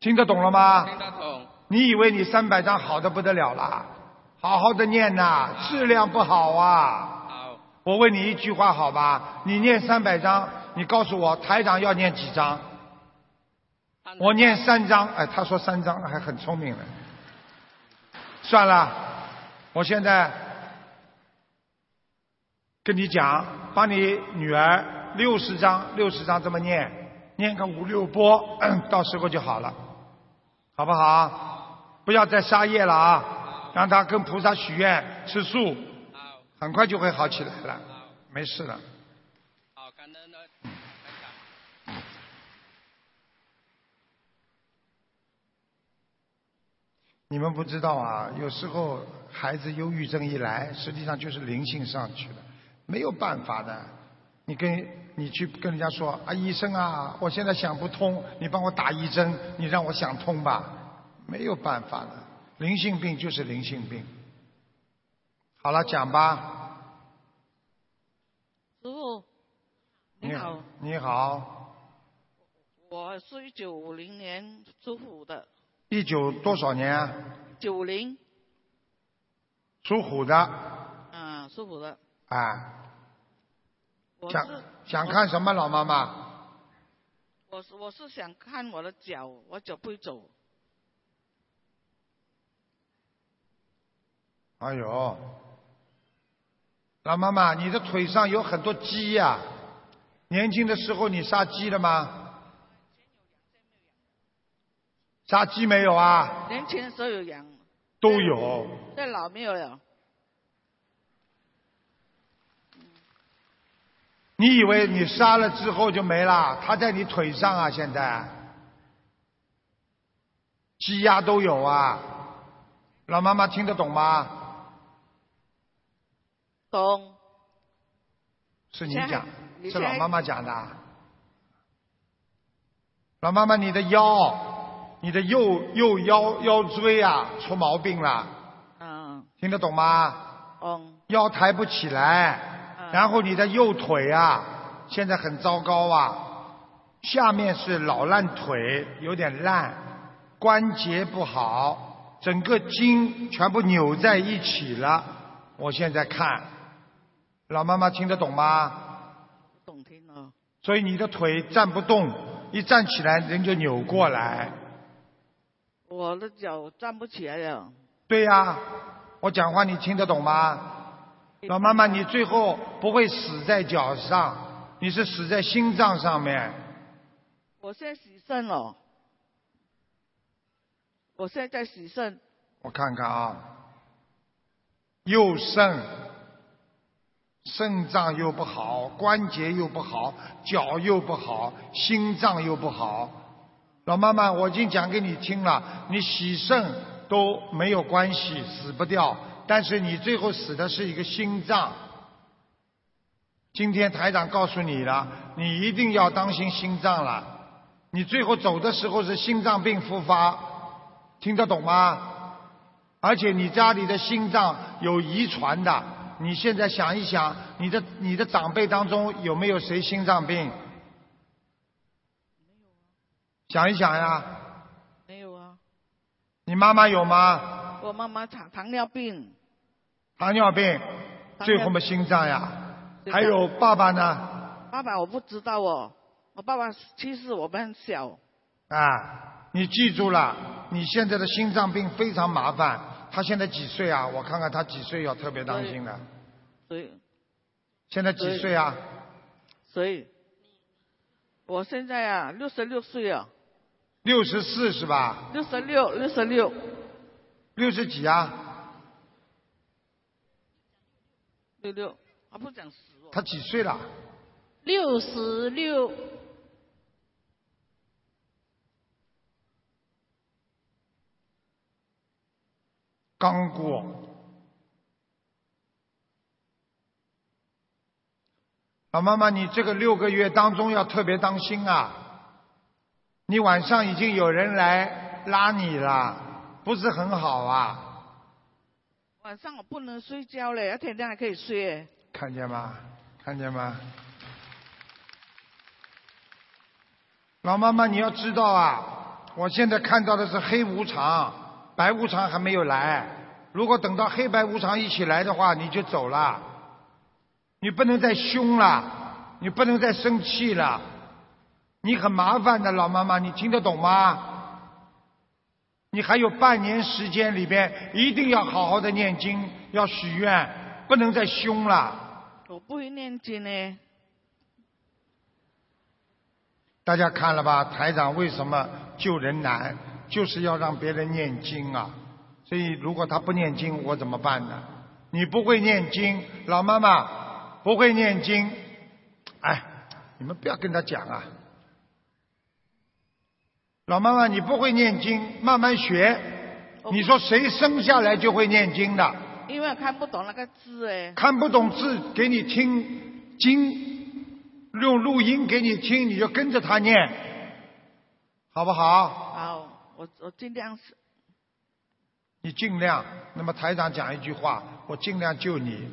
[SPEAKER 2] 听得懂了吗？
[SPEAKER 15] 听得懂，
[SPEAKER 2] 你以为你三百张好的不得了啦？好好的念呐、质量不好啊。
[SPEAKER 15] 好，
[SPEAKER 2] 我问你一句话好吧？你念三百张，你告诉我台长要念几张？我念三张，哎，他说三张，还很聪明呢。算了，我现在跟你讲，帮你女儿六十张，六十张这么念，念个五六波， <coughs> 到时候就好了，好不好？不要再杀业了啊！让她跟菩萨许愿吃素，很快就会好起来了，没事了。
[SPEAKER 15] 好，感恩了。
[SPEAKER 2] 你们不知道啊，有时候孩子忧郁症一来，实际上就是灵性上去了，没有办法的。你跟你去跟人家说啊，医生啊，我现在想不通，你帮我打一针，你让我想通吧，没有办法的。灵性病就是灵性病。好了，讲吧。
[SPEAKER 16] 师傅，你好，
[SPEAKER 2] 你好，
[SPEAKER 16] 我是一九五零年属虎的，
[SPEAKER 2] 一九多少年啊？
[SPEAKER 16] 九零，
[SPEAKER 2] 属虎的
[SPEAKER 16] 啊，属虎的。
[SPEAKER 2] 啊，
[SPEAKER 16] 我
[SPEAKER 2] 想
[SPEAKER 16] 是
[SPEAKER 2] 想看什么老妈妈？
[SPEAKER 16] 我是我是想看我的脚，我脚不会走，
[SPEAKER 2] 哎呦，老妈妈，你的腿上有很多鸡呀、年轻的时候你杀鸡了吗？杀鸡没有啊？
[SPEAKER 16] 年轻的时候有痒，
[SPEAKER 2] 都有。
[SPEAKER 16] 现在老没有了。
[SPEAKER 2] 你以为你杀了之后就没了？它在你腿上啊，现在。鸡鸭都有啊，老妈妈听得懂吗？
[SPEAKER 16] 懂，
[SPEAKER 2] 是你
[SPEAKER 16] 现在
[SPEAKER 2] 讲，
[SPEAKER 16] 你
[SPEAKER 2] 是
[SPEAKER 16] 现
[SPEAKER 2] 老
[SPEAKER 16] 在
[SPEAKER 2] 妈妈讲的啊。老妈妈，你的腰，你的右右腰腰椎啊出毛病了，
[SPEAKER 16] 嗯，
[SPEAKER 2] 听得懂吗？
[SPEAKER 16] 嗯，
[SPEAKER 2] 腰抬不起来，然后你的右腿啊，现在很糟糕啊，下面是老烂腿，有点烂，关节不好，整个筋全部扭在一起了。我现在看，老妈妈听得懂吗？
[SPEAKER 16] 懂听了，啊
[SPEAKER 2] 所以你的腿站不动，一站起来人就扭过来。
[SPEAKER 16] 我的脚站不起来了。
[SPEAKER 2] 对呀、我讲话你听得懂吗？老妈妈，你最后不会死在脚上，你是死在心脏上面。
[SPEAKER 16] 我现在洗肾了，我现在在洗肾，
[SPEAKER 2] 我看看啊，右肾，肾脏又不好，关节又不好，脚又不好，心脏又不好。老妈妈，我已经讲给你听了，你洗肾都没有关系，死不掉，但是你最后死的是一个心脏。今天台长告诉你了，你一定要当心心脏了。你最后走的时候是心脏病复发，听得懂吗？而且你家里的心脏有遗传的，你现在想一想，你的你的长辈当中有没有谁心脏病？想一想呀，
[SPEAKER 16] 没有啊。
[SPEAKER 2] 你妈妈有吗？
[SPEAKER 16] 我妈妈糖糖尿病，
[SPEAKER 2] 糖尿病，
[SPEAKER 16] 病
[SPEAKER 2] 最后嘛心脏呀，
[SPEAKER 16] 对
[SPEAKER 2] 还有爸爸呢？
[SPEAKER 16] 爸爸我不知道哦，我爸爸其实我们很小，
[SPEAKER 2] 啊，你记住了，你现在的心脏病非常麻烦。他现在几岁啊？我看看他几岁要特别当心了。
[SPEAKER 16] 所以
[SPEAKER 2] 现在几岁啊？
[SPEAKER 16] 所以，我现在啊六十六岁啊，
[SPEAKER 2] 六十四是吧？
[SPEAKER 16] 六十六六十六，
[SPEAKER 2] 六十几啊？
[SPEAKER 16] 六六，他不讲十，
[SPEAKER 2] 他几岁了？
[SPEAKER 17] 六十六，
[SPEAKER 2] 刚过。老妈妈，你这个六个月当中要特别当心啊！你晚上已经有人来拉你了，不是很好啊。
[SPEAKER 16] 晚上我不能睡觉嘞，要天亮还可以睡。
[SPEAKER 2] 看见吗？看见吗？老妈妈，你要知道啊，我现在看到的是黑无常，白无常还没有来。如果等到黑白无常一起来的话，你就走了。你不能再凶了，你不能再生气了，你很麻烦的，老妈妈，你听得懂吗？你还有半年时间里边，一定要好好的念经，要许愿，不能再凶了。
[SPEAKER 16] 我不会念经呢，
[SPEAKER 2] 大家看了吧？台长为什么救人难，就是要让别人念经啊。所以如果他不念经，我怎么办呢？你不会念经，老妈妈不会念经，哎，你们不要跟他讲啊。老妈妈，你不会念经，慢慢学。你说谁生下来就会念经的？
[SPEAKER 16] 因为我看不懂那个字哎。
[SPEAKER 2] 看不懂字给你听经，用录音给你听，你就跟着他念，好不好？
[SPEAKER 16] 好，哦我我尽量是
[SPEAKER 2] 你尽量。那么台长讲一句话，我尽量救你，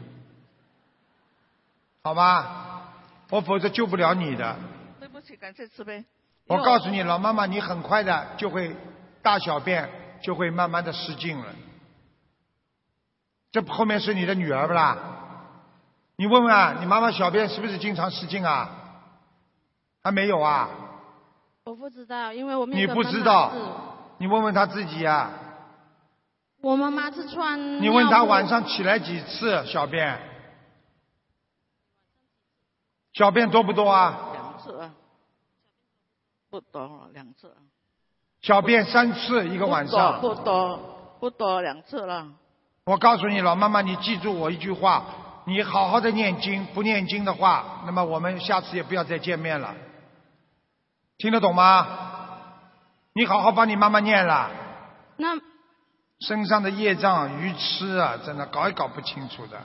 [SPEAKER 2] 好吧？我否则救不了你的。
[SPEAKER 16] 对不起，感谢慈悲。
[SPEAKER 2] 我告诉你，老妈妈，你很快的就会大小便就会慢慢的失禁了。这后面是你的女儿不啦？你问问啊，你妈妈小便是不是经常失禁啊？还没有啊？
[SPEAKER 17] 我不知道，因为我没
[SPEAKER 2] 你
[SPEAKER 17] 有跟
[SPEAKER 2] 不
[SPEAKER 17] 妈妈
[SPEAKER 2] 知道
[SPEAKER 17] 是
[SPEAKER 2] 你问问她自己啊。
[SPEAKER 17] 我妈妈是穿。
[SPEAKER 16] 嗯
[SPEAKER 2] 你问她晚上。起来几次小便？小便多不多啊？
[SPEAKER 16] 两次啊，不多了两次啊，
[SPEAKER 2] 小便三次一
[SPEAKER 16] 一
[SPEAKER 2] 个晚上。
[SPEAKER 16] 不多不多两次了，
[SPEAKER 2] 我告诉你，老妈妈，你记住我一句话：你好好的念经，不念经的话，那么我们下次也不要再见面了。听得懂吗？你好好帮你妈妈念了。
[SPEAKER 17] 那
[SPEAKER 2] 身上的业障、愚痴啊，真的搞也搞不清楚的。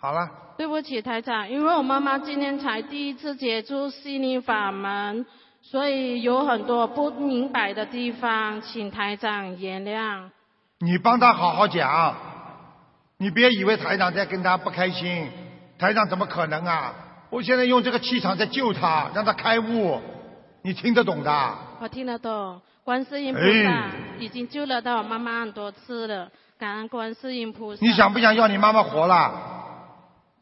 [SPEAKER 2] 好了，
[SPEAKER 17] 对不起，台长，因为我妈妈今天才第一次接触心灵法门，所以有很多不明白的地方，请台长原谅。
[SPEAKER 2] 你帮她好好讲，你别以为台长在跟她不开心，台长怎么可能啊？我现在用这个气场在救她，让她开悟，你听得懂的。
[SPEAKER 17] 我听得懂，观世音菩萨
[SPEAKER 2] 哎
[SPEAKER 17] 已经救了到我妈妈很多次了，感恩观世音菩萨。
[SPEAKER 2] 你想不想要你妈妈活了？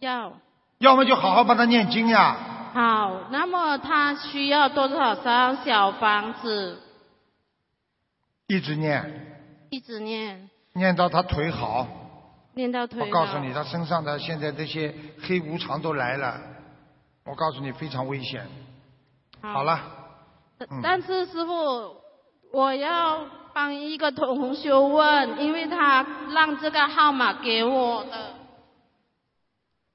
[SPEAKER 17] 要？
[SPEAKER 2] 要么就好好帮她念经呀，
[SPEAKER 17] 好，那么他需要多少张小房子？
[SPEAKER 2] 一直念，
[SPEAKER 17] 一直念，
[SPEAKER 2] 念到他腿好。
[SPEAKER 17] 念到腿
[SPEAKER 2] 我
[SPEAKER 17] 了。
[SPEAKER 2] 告诉你，他身上的现在这些黑无常都来了，我告诉你非常危险。好了，嗯
[SPEAKER 17] 但是师傅，我要帮一个同修问，因为他让这个号码给我的，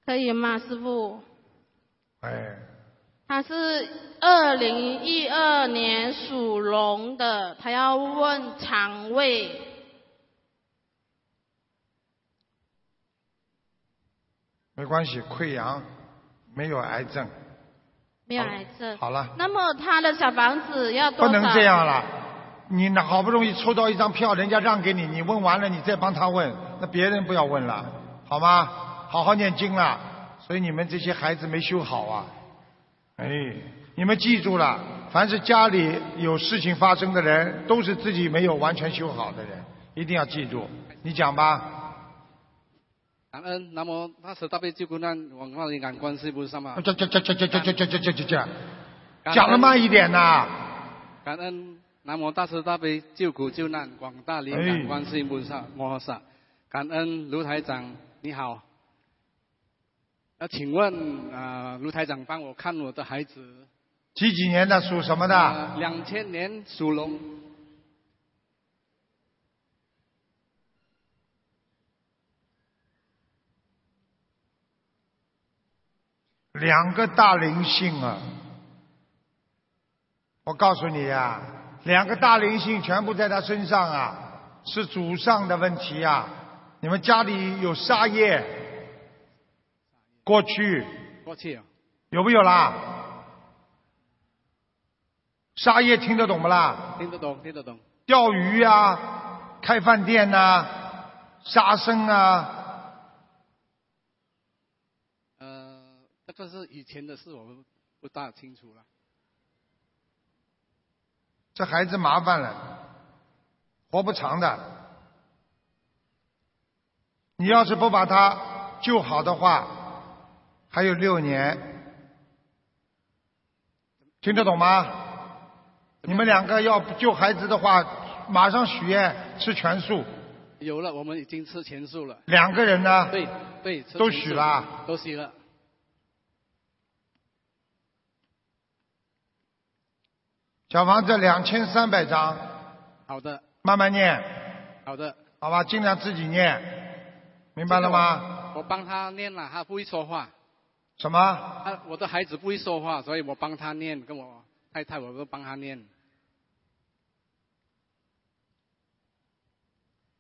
[SPEAKER 17] 可以吗，师傅？
[SPEAKER 2] 哎，
[SPEAKER 17] 他是二零一二年属龙的，他要问肠胃。
[SPEAKER 2] 没关系，溃疡没有癌症，
[SPEAKER 17] 没有癌症。
[SPEAKER 2] 好了，
[SPEAKER 17] 那么他的小房子要多
[SPEAKER 2] 不
[SPEAKER 17] 少？
[SPEAKER 2] 能这样了。你那好不容易抽到一张票，人家让给你，你问完了，你再帮他问，那别人不要问了，好吗？好好念经啦。所以你们这些孩子没修好啊，哎，你们记住了，凡是家里有事情发生的人，都是自己没有完全修好的人，一定要记住。你讲吧，
[SPEAKER 10] 感恩南无大慈大悲救苦难广大灵感观世音菩萨嘛。
[SPEAKER 2] 这这这这这这这这这这这这，
[SPEAKER 10] 感恩
[SPEAKER 2] 啊讲的慢一点呐、
[SPEAKER 10] 感恩南无大慈大悲救苦救难广大灵
[SPEAKER 2] 哎
[SPEAKER 10] 感观世音菩萨摩诃萨，感恩卢台长你好。呃，请问啊、呃卢台长帮我看我的孩子，啊
[SPEAKER 2] 几几年的属什么的？
[SPEAKER 10] 两千年属龙，
[SPEAKER 2] 两个大灵性啊！我告诉你啊，两个大灵性全部在他身上啊，是祖上的问题啊。你们家里有杀业，过去
[SPEAKER 10] 过去啊，
[SPEAKER 2] 有没有啦？杀业听得懂不啦？
[SPEAKER 10] 啊听得懂听得懂，
[SPEAKER 2] 钓鱼啊，开饭店呐、杀生啊，
[SPEAKER 10] 呃，这个是以前的事，我们不大清楚了。
[SPEAKER 2] 这孩子麻烦了，活不长的。你要是不把他救好的话，还有六年，听得懂吗？你们两个要救孩子的话，马上许愿吃全素，
[SPEAKER 10] 有了，我们已经吃全素了。
[SPEAKER 2] 两个人呢
[SPEAKER 10] 对对，吃
[SPEAKER 2] 都啊
[SPEAKER 10] 全
[SPEAKER 2] 许
[SPEAKER 10] 素
[SPEAKER 2] 啦，
[SPEAKER 10] 都许了。
[SPEAKER 2] 小房子两千三百张，
[SPEAKER 10] 好的，
[SPEAKER 2] 慢慢念，
[SPEAKER 10] 好的，
[SPEAKER 2] 好吧，尽量自己念，明白了吗？
[SPEAKER 10] 我帮他念了，他不会说话。
[SPEAKER 2] 什么？
[SPEAKER 10] 他我的孩子不会说话，所以我帮他念，跟我太太我都帮他念。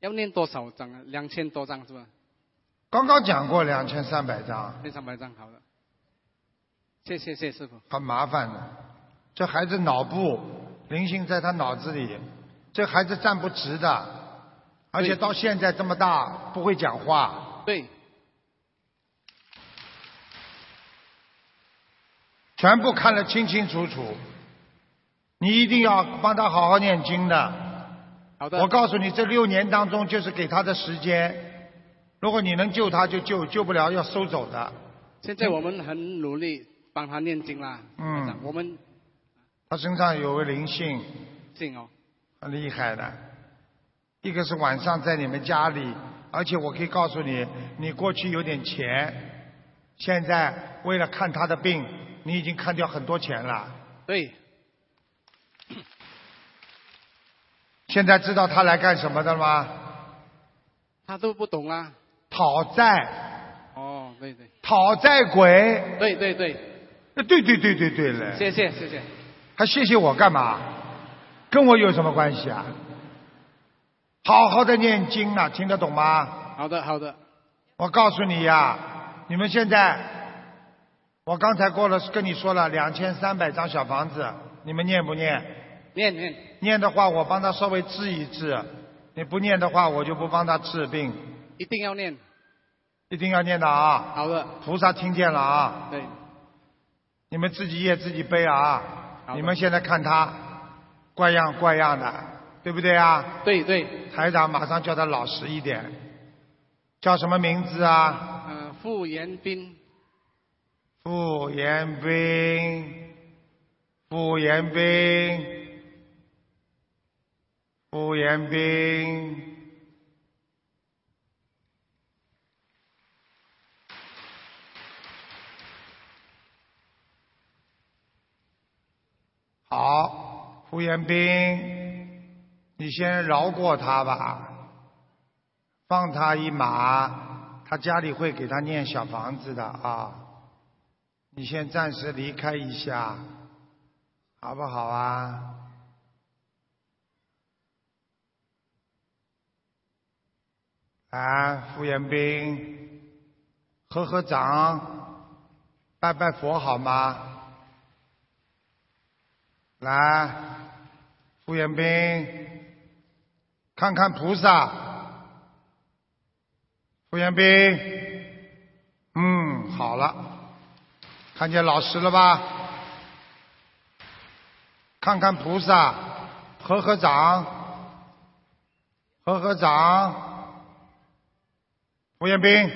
[SPEAKER 10] 要念多少张啊？两千多张是吧？
[SPEAKER 2] 刚刚讲过两千三百张，
[SPEAKER 10] 念三百张好了。谢谢谢谢师傅。
[SPEAKER 2] 很麻烦的。这孩子脑部灵性在他脑子里，这孩子站不直的，而且到现在这么大不会讲话。
[SPEAKER 10] 对，
[SPEAKER 2] 全部看得清清楚楚。你一定要帮他好好念经的。
[SPEAKER 10] 好
[SPEAKER 2] 的。我告诉你，这六年当中就是给他的时间。如果你能救他就救，救不了要收走的。
[SPEAKER 10] 现在我们很努力帮他念经啦。
[SPEAKER 2] 嗯，
[SPEAKER 10] 我们
[SPEAKER 2] 他身上有个灵性，
[SPEAKER 10] 信哦。
[SPEAKER 2] 很厉害的。一个是晚上在你们家里，而且我可以告诉你，你过去有点钱，现在为了看他的病，你已经看掉很多钱了。
[SPEAKER 10] 对，
[SPEAKER 2] 现在知道他来干什么的了吗？
[SPEAKER 10] 他都不懂啦。
[SPEAKER 2] 讨债，
[SPEAKER 10] 哦，对对
[SPEAKER 2] 讨债鬼。
[SPEAKER 10] 对对对，
[SPEAKER 2] 呃对对对对对了，
[SPEAKER 10] 谢谢谢谢。
[SPEAKER 2] 还谢谢我干嘛？跟我有什么关系啊？好好的念经啊，听得懂吗？
[SPEAKER 10] 好的好的，
[SPEAKER 2] 我告诉你呀、你们现在，我刚才过了跟你说了两千三百张小房子，你们念不念？
[SPEAKER 10] 念念
[SPEAKER 2] 念的话，我帮他稍微治一治；你不念的话，我就不帮他治病。
[SPEAKER 10] 一定要念。
[SPEAKER 2] 一定要念的啊！
[SPEAKER 10] 好的，
[SPEAKER 2] 菩萨听见了啊！
[SPEAKER 10] 对，
[SPEAKER 2] 你们自己业自己背啊！你们现在看他，怪样怪样的，对不对啊？
[SPEAKER 10] 对对。
[SPEAKER 2] 台长马上叫他老实一点，叫什么名字啊？
[SPEAKER 10] 呃，傅延斌，
[SPEAKER 2] 傅延兵，傅延兵，傅延兵，好，傅延兵，你先饶过他吧，放他一马，他家里会给他念小房子的啊。你先暂时离开一下，好不好啊？啊，傅彦斌，合合掌，拜拜佛好吗？来，傅彦斌，看看菩萨。傅彦斌，嗯，好了。看见老师了吧？看看菩萨，合合掌，合合掌。胡彦斌，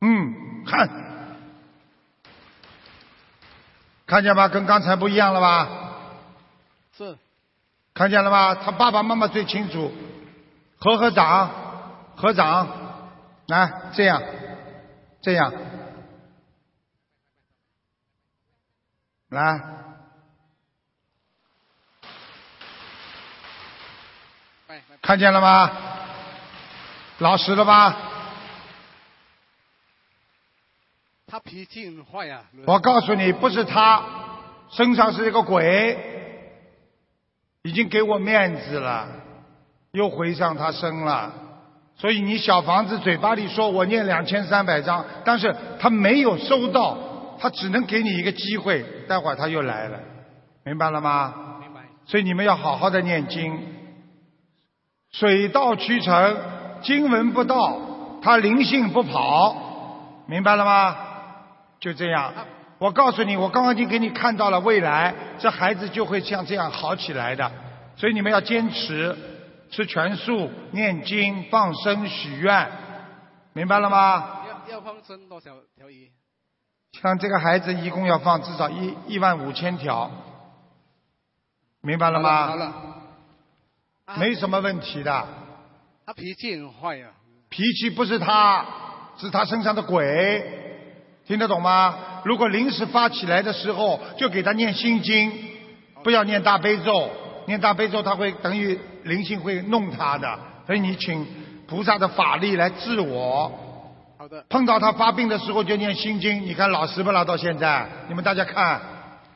[SPEAKER 2] 嗯，看，看见吗？跟刚才不一样了吧？
[SPEAKER 10] 是
[SPEAKER 2] 看见了吧？他爸爸妈妈最清楚。合合掌，合掌，来，这样，这样。来，看见了吗？老实了吧？
[SPEAKER 10] 他脾气很坏啊。卢台长
[SPEAKER 2] 我告诉你，不是他，身上是一个鬼，已经给我面子了，又回上他身了。所以你小房子嘴巴里说我念两千三百张，但是他没有收到，他只能给你一个机会，待会儿他又来了，明白了吗？明白。所以你们要好好的念经，水到渠成，经文不到，他灵性不跑，明白了吗？就这样。我告诉你，我刚刚已经给你看到了未来，这孩子就会像这样好起来的。所以你们要坚持吃全素、念经、放生、许愿，明白了吗？
[SPEAKER 10] 要要放生多少条鱼？
[SPEAKER 2] 像这个孩子一共要放至少一一万五千条，明白了吗？
[SPEAKER 10] 好了啊好
[SPEAKER 2] 没什么问题的，
[SPEAKER 10] 他脾气很坏啊。
[SPEAKER 2] 脾气不是他，是他身上的鬼，听得懂吗？如果临时发起来的时候，就给他念心经，不要念大悲咒，念大悲咒他会等于灵性会弄他的，所以你请菩萨的法力来治我。
[SPEAKER 10] 好的。
[SPEAKER 2] 碰到他发病的时候就念心经，你看老实不啦？到现在，你们大家看，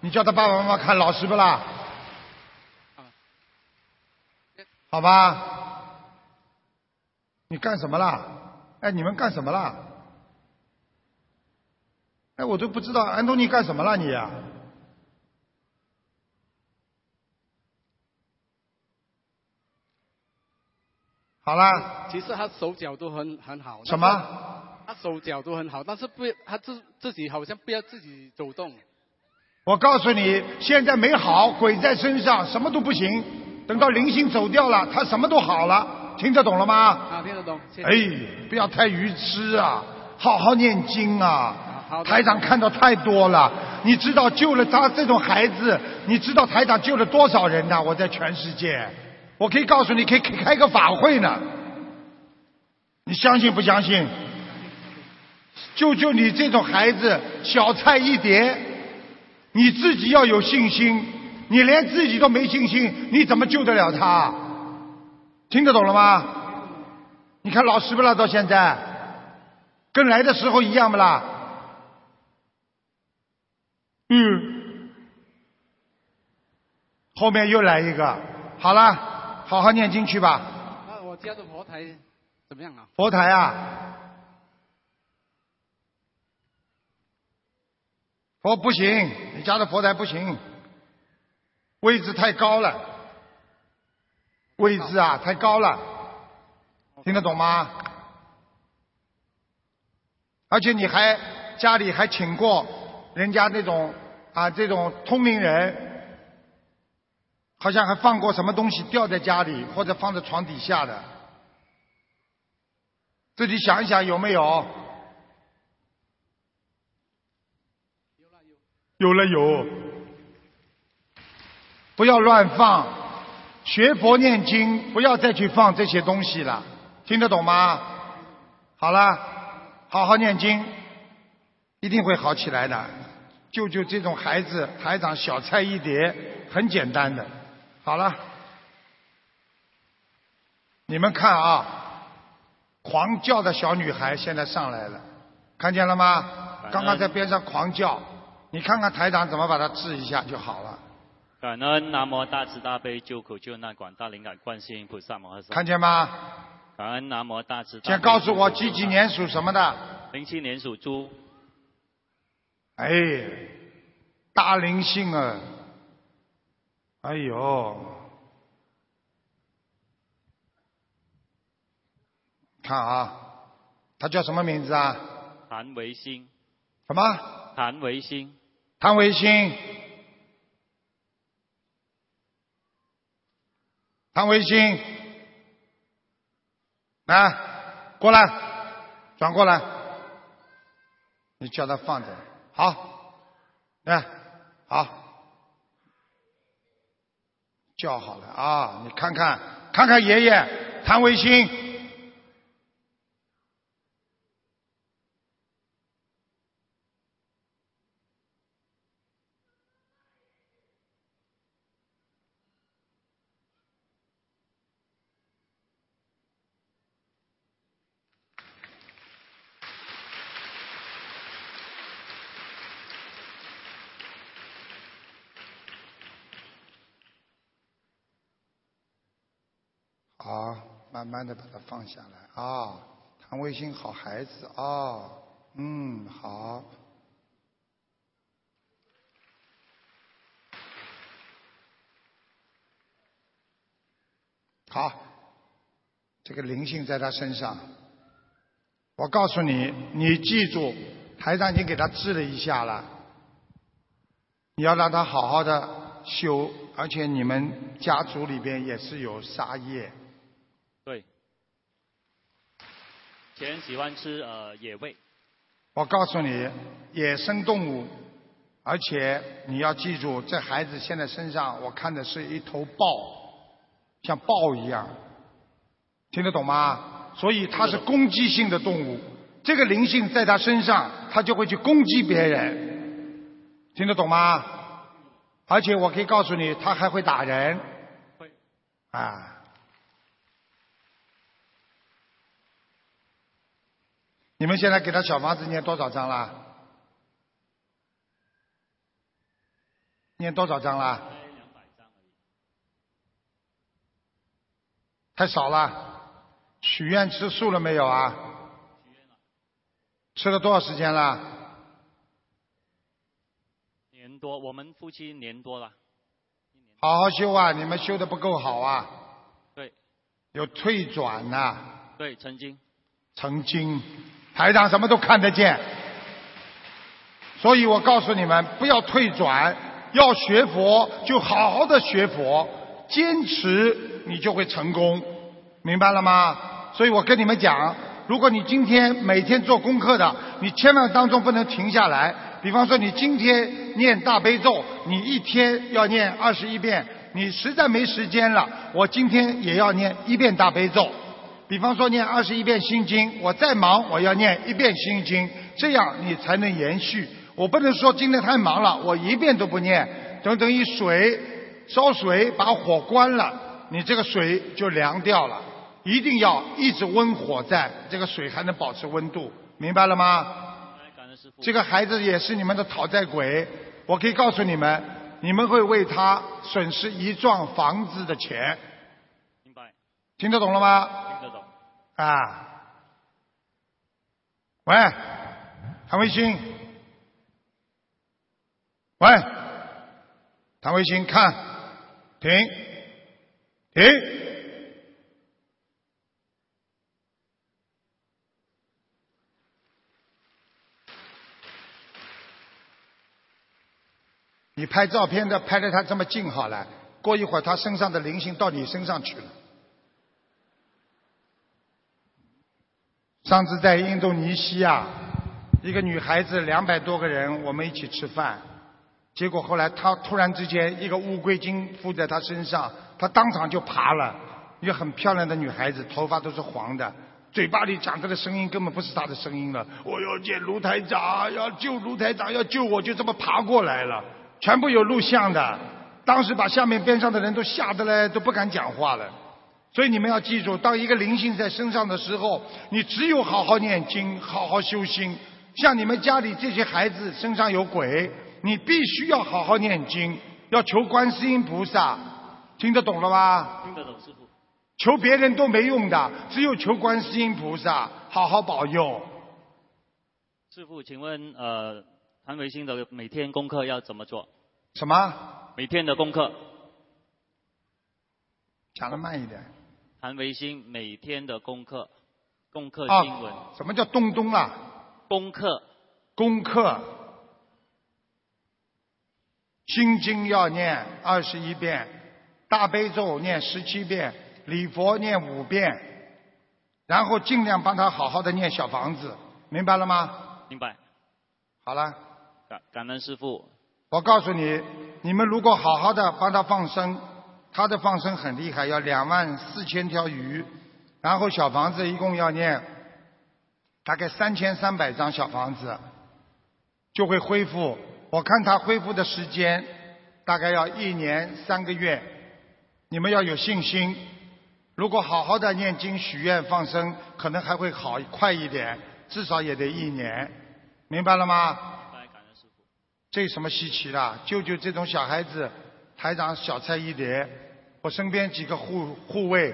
[SPEAKER 2] 你叫他爸爸妈妈看老实不啦？
[SPEAKER 10] 啊
[SPEAKER 2] 好吧，你干什么啦？哎，你们干什么啦？哎，我都不知道安东尼干什么啦你、啊好啦，
[SPEAKER 10] 其实他手脚都很很好。
[SPEAKER 2] 什么
[SPEAKER 10] 但是？他手脚都很好，但是不，他自自己好像不要自己走动。
[SPEAKER 2] 我告诉你，现在没好，鬼在身上，什么都不行。等到灵性走掉了，他什么都好了，听得懂了吗？
[SPEAKER 10] 啊，听得懂。谢谢
[SPEAKER 2] 哎，不要太愚痴啊，好好念经啊。台长看到太多了，你知道救了他这种孩子，你知道台长救了多少人呐、我在全世界，我可以告诉你，可以可以开个法会呢。你相信不相信？救救你这种孩子，小菜一碟。你自己要有信心，你连自己都没信心，你怎么救得了他？听得懂了吗？你看老实不啦？到现在，跟来的时候一样不啦？嗯，后面又来一个，好了，好好念经去吧。
[SPEAKER 10] 那我家的佛台怎么样啊？
[SPEAKER 2] 佛台啊，佛不行，你家的佛台不行，位置太高了，位置啊太高了，听得懂吗？而且你还家里还请过人家那种啊这种通灵人，好像还放过什么东西掉在家里或者放在床底下的，自己想一想有没有？有了有，不要乱放，学佛念经，不要再去放这些东西了，听得懂吗？好了，好好念经，一定会好起来的。救救这种孩子，台长小菜一碟，很简单的。好了，你们看啊，狂叫的小女孩现在上来了，看见了吗？刚刚在边上狂叫，你看看台长怎么把她治一下就好了，
[SPEAKER 18] 感恩南无大慈大悲救苦救难广大灵感观世音菩萨摩诃萨。
[SPEAKER 2] 看见？吗？
[SPEAKER 18] 感恩南无大慈大悲。
[SPEAKER 2] 先告诉我几几年属什么的？
[SPEAKER 18] 零七年属猪，
[SPEAKER 2] 哎，大灵性啊！哎呦，看啊，他叫什么名字啊？
[SPEAKER 18] 谭维新，
[SPEAKER 2] 什么？
[SPEAKER 18] 谭维新，
[SPEAKER 2] 谭维新。谭维新，来，过来，转过来，你叫他放着，好，来，好，叫好了啊，你看看，看看爷爷谭维新，好，慢慢的把它放下来啊。谭维新好孩子啊，嗯，好。好，这个灵性在他身上。我告诉你，你记住，台上已经给他治了一下了，你要让他好好的修，而且你们家族里边也是有杀业。
[SPEAKER 18] 对。前喜欢吃呃野味，
[SPEAKER 2] 我告诉你，野生动物，而且你要记住，这孩子现在身上我看的是一头豹，像豹一样，听得懂吗？所以它是攻击性的动物，这个灵性在它身上，它就会去攻击别人，听得懂吗？而且我可以告诉你，它还会打人，啊。你们现在给他小房子念多少章啦？念多少章啦？太少了。许愿吃素了没有啊？吃了多少时间啦？
[SPEAKER 18] 年多，我们夫妻年多了，
[SPEAKER 2] 好好修啊！你们修的不够好啊！
[SPEAKER 18] 对，
[SPEAKER 2] 有退转呐、
[SPEAKER 18] 对，曾经
[SPEAKER 2] 曾经，台长什么都看得见，所以我告诉你们，不要退转，要学佛就好好的学佛，坚持你就会成功，明白了吗？所以我跟你们讲，如果你今天每天做功课的，你千万当中不能停下来。比方说，你今天念大悲咒，你一天要念二十一遍，你实在没时间了，我今天也要念一遍大悲咒。比方说念二十一遍心经，我再忙我要念一遍心经，这样你才能延续。我不能说今天太忙了，我一遍都不念，等等于水烧水把火关了，你这个水就凉掉了。一定要一直温火在，这个水还能保持温度，明白了吗？这个孩子也是你们的讨债鬼，我可以告诉你们，你们会为他损失一幢房子的钱。
[SPEAKER 18] 明白，
[SPEAKER 2] 听得懂了吗？
[SPEAKER 18] 听得懂。
[SPEAKER 2] 啊。喂，谭维新。喂，谭维新，看，停，停。你拍照片的拍得他这么近好了，过一会儿他身上的灵性到你身上去了。上次在印度尼西亚，一个女孩子两百多个人，我们一起吃饭，结果后来他突然之间一个乌龟精附在他身上，他当场就爬了。一个很漂亮的女孩子，头发都是黄的，嘴巴里讲着的声音根本不是她的声音了。我要见卢台长，要救卢台长，要救我，就这么爬过来了，全部有录像的。当时把下面边上的人都吓得嘞，都不敢讲话了。所以你们要记住，当一个灵性在身上的时候，你只有好好念经，好好修心。像你们家里这些孩子身上有鬼，你必须要好好念经，要求观世音菩萨，听得懂了吗？
[SPEAKER 18] 听得懂师傅。
[SPEAKER 2] 求别人都没用的，只有求观世音菩萨好好保佑。
[SPEAKER 18] 师傅，请问呃，谭维新的每天功课要怎么做？
[SPEAKER 2] 什么？
[SPEAKER 18] 每天的功课，
[SPEAKER 2] 讲的慢一点。
[SPEAKER 18] 谭维新每天的功课，功课
[SPEAKER 2] 啊
[SPEAKER 18] 经文，
[SPEAKER 2] 什么叫东东啊？
[SPEAKER 18] 功课
[SPEAKER 2] 功课，心经要念二十一遍，大悲咒念十七遍，礼佛念五遍，然后尽量帮他好好的念小房子，明白了吗？
[SPEAKER 18] 明白？
[SPEAKER 2] 好了。
[SPEAKER 18] 感感恩师傅，
[SPEAKER 2] 我告诉你，你们如果好好的帮他放生，他的放生很厉害，要两万四千条鱼，然后小房子一共要念大概三千三百张小房子，就会恢复。我看他恢复的时间大概要一年三个月，你们要有信心。如果好好的念经、许愿、放生，可能还会好快一点，至少也得一年，明白了吗？这有什么稀奇的？舅舅这种小孩子，台长小菜一碟。我身边几个护护卫，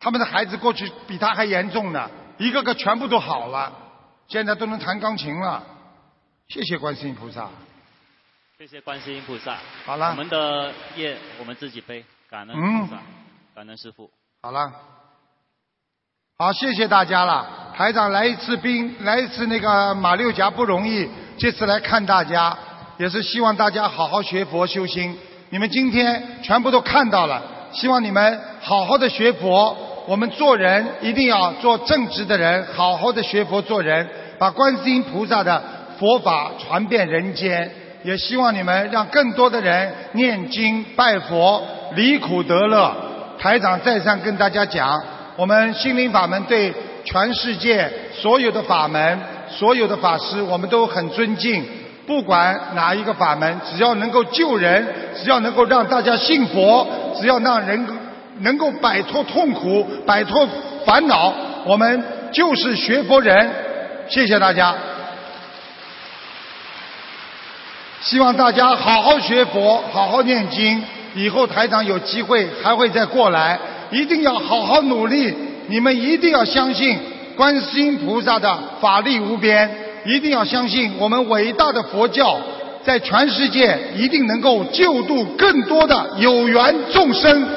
[SPEAKER 2] 他们的孩子过去比他还严重呢，一个个全部都好了，现在都能弹钢琴了。谢谢观世音菩萨。
[SPEAKER 18] 谢谢观世音菩萨。
[SPEAKER 2] 好了
[SPEAKER 18] 我们的业我们自己背，感恩
[SPEAKER 2] 嗯
[SPEAKER 18] 菩萨，感恩师傅。
[SPEAKER 2] 好了，好，谢谢大家了。台长来一次兵，来一次那个马六甲不容易，这次来看大家，也是希望大家好好学佛修心。你们今天全部都看到了，希望你们好好的学佛。我们做人一定要做正直的人，好好的学佛做人，把观世音菩萨的佛法传遍人间。也希望你们让更多的人念经拜佛，离苦得乐。台长再三跟大家讲，我们心灵法门对全世界所有的法门、所有的法师，我们都很尊敬。不管哪一个法门，只要能够救人，只要能够让大家信佛，只要让人能够摆脱痛苦、摆脱烦恼，我们就是学佛人。谢谢大家。希望大家好好学佛，好好念经。以后台长有机会还会再过来，一定要好好努力。你们一定要相信观世音菩萨的法力无边，一定要相信我们伟大的佛教在全世界一定能够救度更多的有缘众生。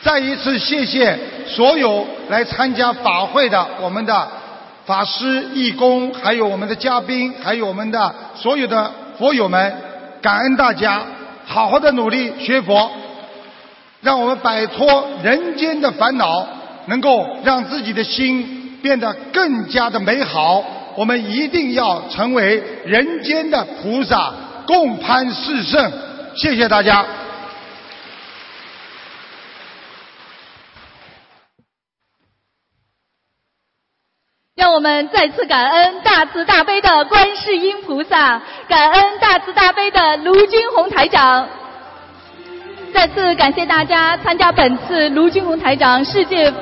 [SPEAKER 2] 再一次谢谢所有来参加法会的我们的法师、义工，还有我们的嘉宾，还有我们的所有的佛友们，感恩大家，好好的努力学佛，让我们摆脱人间的烦恼，能够让自己的心变得更加的美好。我们一定要成为人间的菩萨，共攀四圣。谢谢大家。
[SPEAKER 19] 让我们再次感恩大慈大悲的观世音菩萨，感恩大慈大悲的卢军红台长。再次感谢大家参加本次卢军红台长世界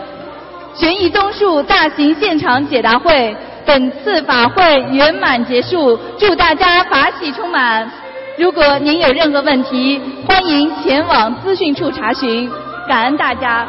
[SPEAKER 19] 悬疑综述大型现场解答会。本次法会圆满结束，祝大家法喜充满。如果您有任何问题，欢迎前往资讯处查询。感恩大家。